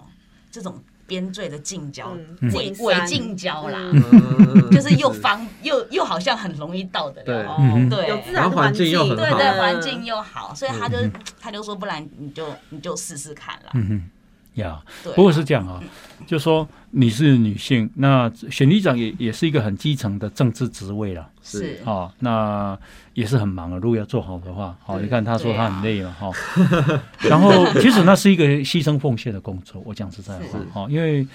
Speaker 5: 这种边最的近郊、
Speaker 3: 嗯
Speaker 5: 伪
Speaker 3: 近山
Speaker 5: 伪哦近郊啦，
Speaker 3: 嗯
Speaker 2: 嗯
Speaker 5: 就是又方又又好像很容易到的
Speaker 2: 对
Speaker 5: 了。
Speaker 3: 哦
Speaker 4: 嗯
Speaker 5: 对
Speaker 3: 有自
Speaker 2: 然
Speaker 3: 然
Speaker 2: 后
Speaker 3: 环
Speaker 2: 环境又很
Speaker 5: 对
Speaker 2: 好
Speaker 5: 对，
Speaker 3: 嗯
Speaker 5: 环境又好，所以他就他就说，不然你就你就试试看啦。
Speaker 4: 嗯哼，呀。
Speaker 5: 对，
Speaker 4: 不过是这样啊，就说你是女性，那选里长也也是一个很基层的政治职位了
Speaker 5: 是
Speaker 4: 啊、哦，那也是很忙的。如果要做好的话，好、哦，
Speaker 3: 对
Speaker 4: 你看他说
Speaker 5: 对啊
Speaker 4: 他很累了哈、哦 然后其实那是一个牺牲奉献的工作，我讲实在话
Speaker 2: 是
Speaker 4: 哈、哦，因为。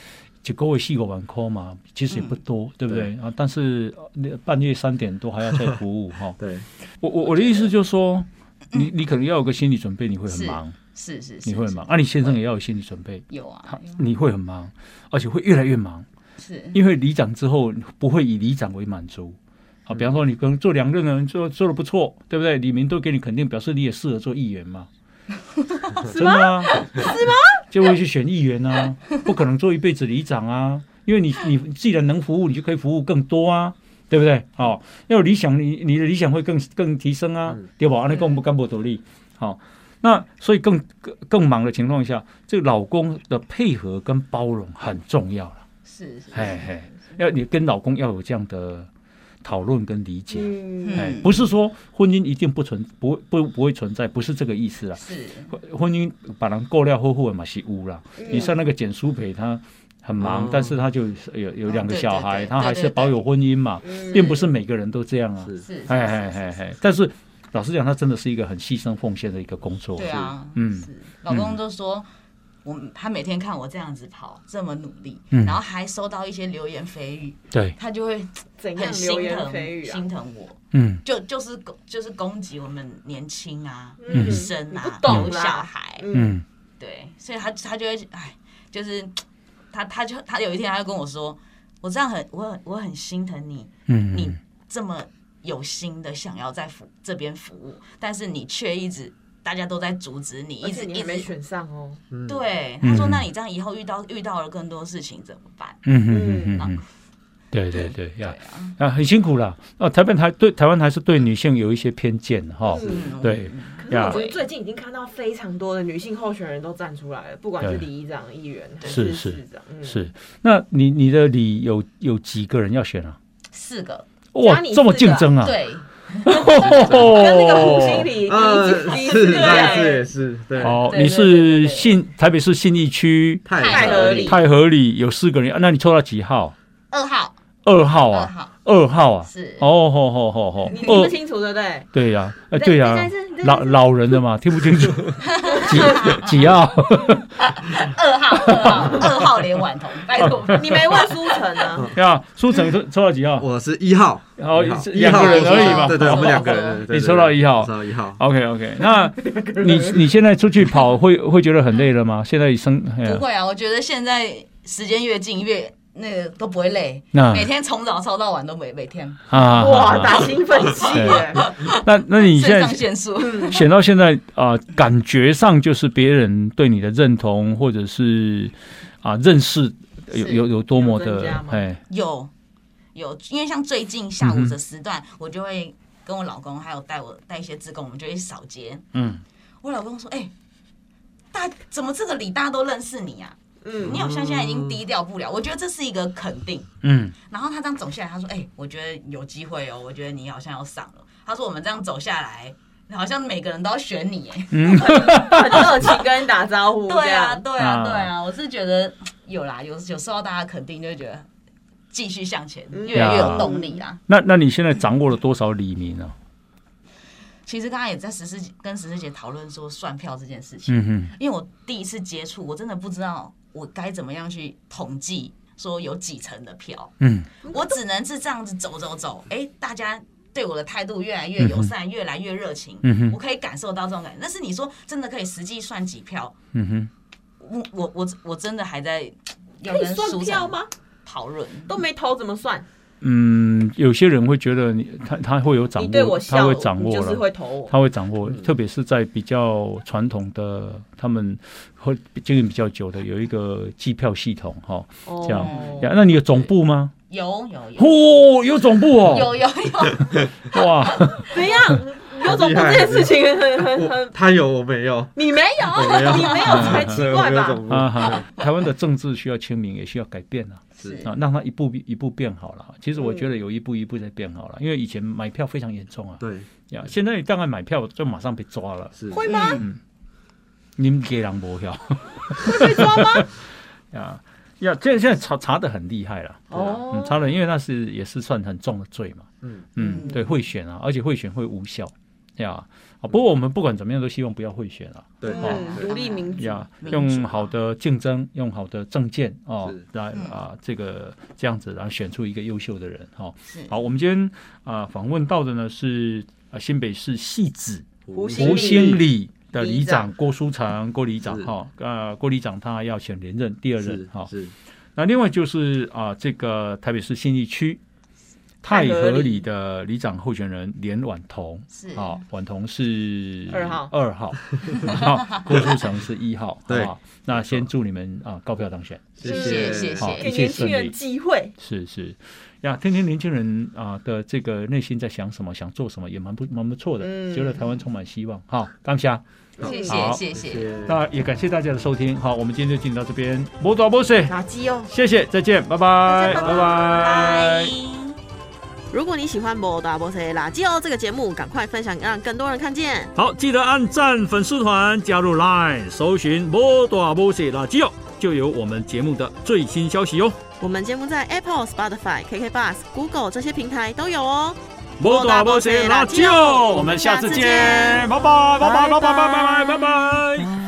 Speaker 4: 一个月四五万块嘛，其实也不多，对不对啊？但是呃那半夜三点多还要再服务哈、哦
Speaker 2: 对，
Speaker 4: 我我我的意思就是说，你你可能要有个心理准备，你会很
Speaker 5: 是
Speaker 4: 忙，
Speaker 5: 是是是，
Speaker 4: 你会很
Speaker 5: 是
Speaker 4: 忙。啊，你先生也要有心理准备，
Speaker 5: 有啊，有啊
Speaker 4: 你会很忙，而且会越来越忙，
Speaker 5: 是
Speaker 4: 因为里长之后不会以里长为满足。啊，比方说你可能做两任人做做的不错，对不对？李明都给你肯定，表示你也适合做议员 嘛，真的啊，是吗？就会去选议员啊，不可能做一辈子里长啊，因为你你既然能服务，你就可以服务更多啊，对不对？好、要有理想，你你的理想会更更提升啊，
Speaker 2: 嗯
Speaker 4: 对吧？那更不干不独立，好、哦那所以更更更忙的情况下，这个老公的配合跟包容很重要了。
Speaker 5: 是是，
Speaker 4: 嘿嘿，哎要你跟老公要有这样的讨论跟理解，
Speaker 3: 嗯，
Speaker 4: 哎、
Speaker 5: 嗯
Speaker 4: 不是说婚姻一定不存不不不会存在，不是这个意思啦。
Speaker 5: 是
Speaker 4: 婚婚姻把人过料后后嘛是污啦。你像那个简书培，他很忙，
Speaker 2: 哦
Speaker 4: 但是他就有有
Speaker 5: 哦
Speaker 4: 两个
Speaker 5: 对
Speaker 4: 小
Speaker 5: 对
Speaker 4: 孩，
Speaker 5: 对
Speaker 4: 他还是
Speaker 5: 对对
Speaker 4: 保有婚姻嘛，
Speaker 3: 嗯
Speaker 4: 并不是每个人都这样啊。
Speaker 2: 是
Speaker 5: 是，
Speaker 4: 哎
Speaker 5: 是
Speaker 4: 哎
Speaker 5: 是
Speaker 4: 哎
Speaker 5: 是
Speaker 4: 哎，但是老实讲，他真的是一个很牺牲奉献的一个工作。
Speaker 5: 对啊，
Speaker 4: 嗯
Speaker 5: 是，老公就说。我他每天看我这样子跑，这么努力，
Speaker 4: 嗯
Speaker 5: 然后还收到一些流言蜚语，
Speaker 4: 对，
Speaker 5: 他就会
Speaker 3: 怎样
Speaker 5: 很心
Speaker 3: 流言
Speaker 5: 疼，
Speaker 3: 蜚语啊
Speaker 5: 心？疼我，
Speaker 4: 嗯
Speaker 5: 就就是攻就是攻击我们年轻啊、
Speaker 3: 嗯
Speaker 5: 女生啊
Speaker 3: 你不、懂
Speaker 5: 有
Speaker 3: 啦
Speaker 5: 小孩，
Speaker 4: 嗯
Speaker 5: 对，所以他他就会哎，就是他他就他有一天他就跟我说，我这样很我很我很心疼你，
Speaker 4: 嗯
Speaker 5: 你这么有心的想要在服这边服务，但是你却一直大家都在阻止你，一
Speaker 3: 而且
Speaker 5: 直
Speaker 3: 你
Speaker 5: 一
Speaker 3: 还没
Speaker 5: 直。
Speaker 3: 选上哦，
Speaker 2: 嗯，
Speaker 5: 对，
Speaker 4: 嗯
Speaker 5: 他说：“那你这样以后遇到遇到了更多事情怎么办
Speaker 4: 嗯嗯嗯嗯
Speaker 5: 嗯，
Speaker 4: 对对对？”
Speaker 5: 对
Speaker 4: 呀
Speaker 3: 嗯
Speaker 5: 啊，
Speaker 4: 啊，很辛苦啦。啊，台湾还对台湾还是对女性有一些偏见哈。
Speaker 3: 嗯，
Speaker 4: 对
Speaker 3: 可是
Speaker 4: 呀
Speaker 3: 我觉得最近已经看到非常多的女性候选人都站出来了，不管是
Speaker 4: 对
Speaker 3: 里长、议员还
Speaker 4: 是是
Speaker 3: 市长，嗯，
Speaker 4: 是，那你你的里有有几个人要选啊？
Speaker 5: 四个，
Speaker 4: 哇
Speaker 3: 加你，
Speaker 4: 这么
Speaker 3: 四个
Speaker 4: 竞争啊！
Speaker 5: 对，
Speaker 3: 跟那个胡心
Speaker 4: 哦，
Speaker 3: 里
Speaker 2: 呃，
Speaker 3: 李
Speaker 2: 是
Speaker 3: 李
Speaker 2: 那一次
Speaker 3: 对
Speaker 2: 也是对，
Speaker 4: 好，
Speaker 5: 对对
Speaker 4: 你
Speaker 5: 对
Speaker 4: 是
Speaker 5: 对
Speaker 4: 信台北市信义区
Speaker 5: 太
Speaker 2: 合
Speaker 3: 合
Speaker 2: 理
Speaker 3: 理，
Speaker 4: 太和里有四个人，啊那你抽到几号？
Speaker 5: 二号，
Speaker 4: 二号
Speaker 5: 二
Speaker 4: 啊，
Speaker 5: 号
Speaker 4: 二号啊，
Speaker 5: 是
Speaker 4: 哦吼吼吼吼
Speaker 3: 你，听不
Speaker 4: 二
Speaker 3: 清楚对不对？
Speaker 4: 对呀，哎
Speaker 3: 再
Speaker 4: 对
Speaker 3: 再
Speaker 4: 呀
Speaker 3: 一次再一，次
Speaker 4: 老老人的嘛，听不清 楚，几几号？
Speaker 5: 二号，二号，二号连晚同，拜托，
Speaker 3: 你没问苏晨啊？
Speaker 4: 呀，苏城抽抽到几号？
Speaker 2: 我是一号，
Speaker 4: 好，
Speaker 2: 一号
Speaker 4: 是两个人而已嘛。
Speaker 2: 对对，我们两个
Speaker 5: 好
Speaker 2: 人，对对
Speaker 4: 你
Speaker 2: 对
Speaker 4: 抽到一号
Speaker 2: 我抽到一号，
Speaker 4: OK OK，那你你现在出去跑会会觉得很累了吗？现在生哎呀
Speaker 5: 不会啊，我觉得现在时间越近越那个都不会累，
Speaker 4: 那
Speaker 5: 每天从早操到晚都每每天
Speaker 4: 啊，
Speaker 3: 哇，
Speaker 4: 啊啊
Speaker 3: 打兴奋剂 耶！
Speaker 4: 那那你
Speaker 5: 肾
Speaker 4: 现
Speaker 5: 上
Speaker 4: 在
Speaker 5: 腺素。
Speaker 4: 选到现在啊、感觉上就是别人对你的认同或者是啊、认识有
Speaker 5: 是
Speaker 4: 有有多么
Speaker 3: 有
Speaker 4: 的
Speaker 3: 增加吗
Speaker 4: 哎
Speaker 5: 有有，因为像最近下
Speaker 4: 嗯
Speaker 5: 午
Speaker 4: 哼
Speaker 5: 的时段，我就会跟我老公还有带我带一些职工，我们就会扫街。
Speaker 4: 嗯，
Speaker 5: 我老公说：“哎、大怎么这个里大家都认识你啊？
Speaker 3: 嗯
Speaker 5: 你，好像现在已经低调不了。”我觉得这是一个肯定。
Speaker 4: 嗯
Speaker 5: 然后他这样走下来，他说：“哎、我觉得有机会哦，我觉得你好像要上了。”他说：“我们这样走下来，好像每个人都要选你。” 哎，
Speaker 3: 很热情跟你打招呼，
Speaker 5: 对
Speaker 3: 这
Speaker 5: 啊，
Speaker 3: 样
Speaker 5: 对
Speaker 4: 啊
Speaker 5: 啊，对啊，我是觉得有啦，有有受到大家肯定，就会觉得继续向前，越来越有动力啦。
Speaker 4: 那那你现在掌握了多少里民呢、
Speaker 5: 其实刚刚也在十四跟十四姐讨论说算票这件事情，
Speaker 4: 嗯哼，
Speaker 5: 因为我第一次接触，我真的不知道我该怎么样去统计说有几成的票，
Speaker 4: 嗯
Speaker 5: 我只能是这样子走走走，哎，大家。对我的态度越来越友善，越来越热情，
Speaker 4: 嗯哼
Speaker 5: 我可以感受到这种感觉。但是你说真的可以实际算几票，
Speaker 4: 嗯哼，
Speaker 5: 我我我我真的还在要
Speaker 3: 可以
Speaker 5: 跟
Speaker 3: 算
Speaker 5: 书
Speaker 3: 票
Speaker 5: 长
Speaker 3: 吗？
Speaker 5: 讨论。
Speaker 3: 都没投怎么算？
Speaker 4: 嗯，有些人会觉得你他他会有掌
Speaker 3: 你对
Speaker 4: 握，
Speaker 3: 我
Speaker 4: 他
Speaker 3: 笑，
Speaker 4: 会掌
Speaker 3: 你
Speaker 4: 握
Speaker 3: 就是
Speaker 4: 了。
Speaker 3: 会投我。
Speaker 4: 他会掌握，特别是在比较传统的，他们会经营比较久的，有一个计票系统哈、
Speaker 3: 哦
Speaker 4: 这呀那你有总部吗？
Speaker 5: 有有有
Speaker 4: 哦，有总部哦，
Speaker 5: 有 有有，
Speaker 4: 哇，
Speaker 3: 怎样？有种不这件事情很很
Speaker 2: 我
Speaker 3: 很，
Speaker 2: 他有我没有，
Speaker 3: 你没
Speaker 2: 我没
Speaker 3: 有，
Speaker 2: 有
Speaker 3: 你没有才 奇
Speaker 2: 对我
Speaker 3: 怪
Speaker 2: 没有
Speaker 3: 吧
Speaker 2: 总？部
Speaker 4: 啊，哈，台湾的政治需要清明，也需要改变啊，
Speaker 2: 是
Speaker 4: 啊，让它一步一步变好了。其实我觉得有一步一步在变好了，因为以前买票非常严重啊，
Speaker 2: 对
Speaker 4: 呀，现在大概买票就马上被抓了，
Speaker 2: 是
Speaker 3: 会吗？
Speaker 4: 你们给人没票
Speaker 3: 会被抓吗？
Speaker 4: 呀呀，这现在查查的很厉害了， 嗯，查
Speaker 3: 哦，
Speaker 4: 了，因为那是也是算很重的罪嘛，
Speaker 2: 嗯
Speaker 4: 嗯，
Speaker 5: 嗯
Speaker 4: 对，贿选啊，而且贿选会无效，呀，啊，不过我们不管怎么样都希望不要贿选啊。
Speaker 2: 对
Speaker 3: 嗯，独立民主，
Speaker 4: 呀，
Speaker 5: 民
Speaker 4: 用
Speaker 5: 主
Speaker 4: 好
Speaker 5: 啊
Speaker 4: 的竞争，用好的证件哦
Speaker 2: 是，
Speaker 4: 来
Speaker 5: 嗯
Speaker 4: 啊，这个这样子，然后选出一个优秀的人哦。
Speaker 5: 是
Speaker 4: 好，我们今天啊访问到的呢是啊新北市戏子
Speaker 3: 胡心
Speaker 4: 湖
Speaker 3: 里
Speaker 4: 心里的里
Speaker 3: 里
Speaker 4: 长
Speaker 3: 长
Speaker 4: 郭书成郭里长
Speaker 2: 是
Speaker 4: 哈，呃郭里长他要选连任第二任
Speaker 2: 是
Speaker 4: 哈。
Speaker 2: 是
Speaker 4: 那另外就是啊这个台北市信义区太
Speaker 3: 太和
Speaker 4: 和
Speaker 3: 里
Speaker 4: 里的里长候选人连婉彤。
Speaker 5: 是
Speaker 4: 好，婉彤是
Speaker 3: 二号
Speaker 4: 二号，然后郭书成是一号，好不好？那先祝你们啊高票当选，
Speaker 2: 谢
Speaker 5: 谢
Speaker 2: 谢
Speaker 5: 谢
Speaker 4: 好，
Speaker 5: 谢
Speaker 4: 一
Speaker 3: 给
Speaker 4: 切
Speaker 3: 年
Speaker 4: 顺
Speaker 3: 轻
Speaker 4: 利
Speaker 3: 人。机会，
Speaker 4: 是是，呀，听听年轻人啊的这个内心在想什么，想做什么，也蛮不蛮不错的，
Speaker 3: 嗯
Speaker 4: 觉得台湾充满希望。好，感谢，
Speaker 5: 谢
Speaker 4: 好
Speaker 5: 谢谢谢。
Speaker 2: 谢
Speaker 4: 那也感谢大家的收听。好，我们今天就进行到这边，摸爪摸水，
Speaker 3: 垃圾哦。
Speaker 4: 谢谢，再见，拜拜，拜拜。
Speaker 3: 如果你喜欢《摩达波塞垃圾哦》这个节目，赶快分享，让更多人看见。
Speaker 4: 好，记得按赞粉丝团，加入 Line，搜寻“摸大摸水垃圾哦”，就有我们节目的最新消息哦哟。
Speaker 3: 我们节目在 Apple、Spotify、KK Bus、Google 这些平台都有哦。
Speaker 4: 摸大摸水垃圾哦，我们下次见，拜拜拜拜拜拜拜拜拜拜。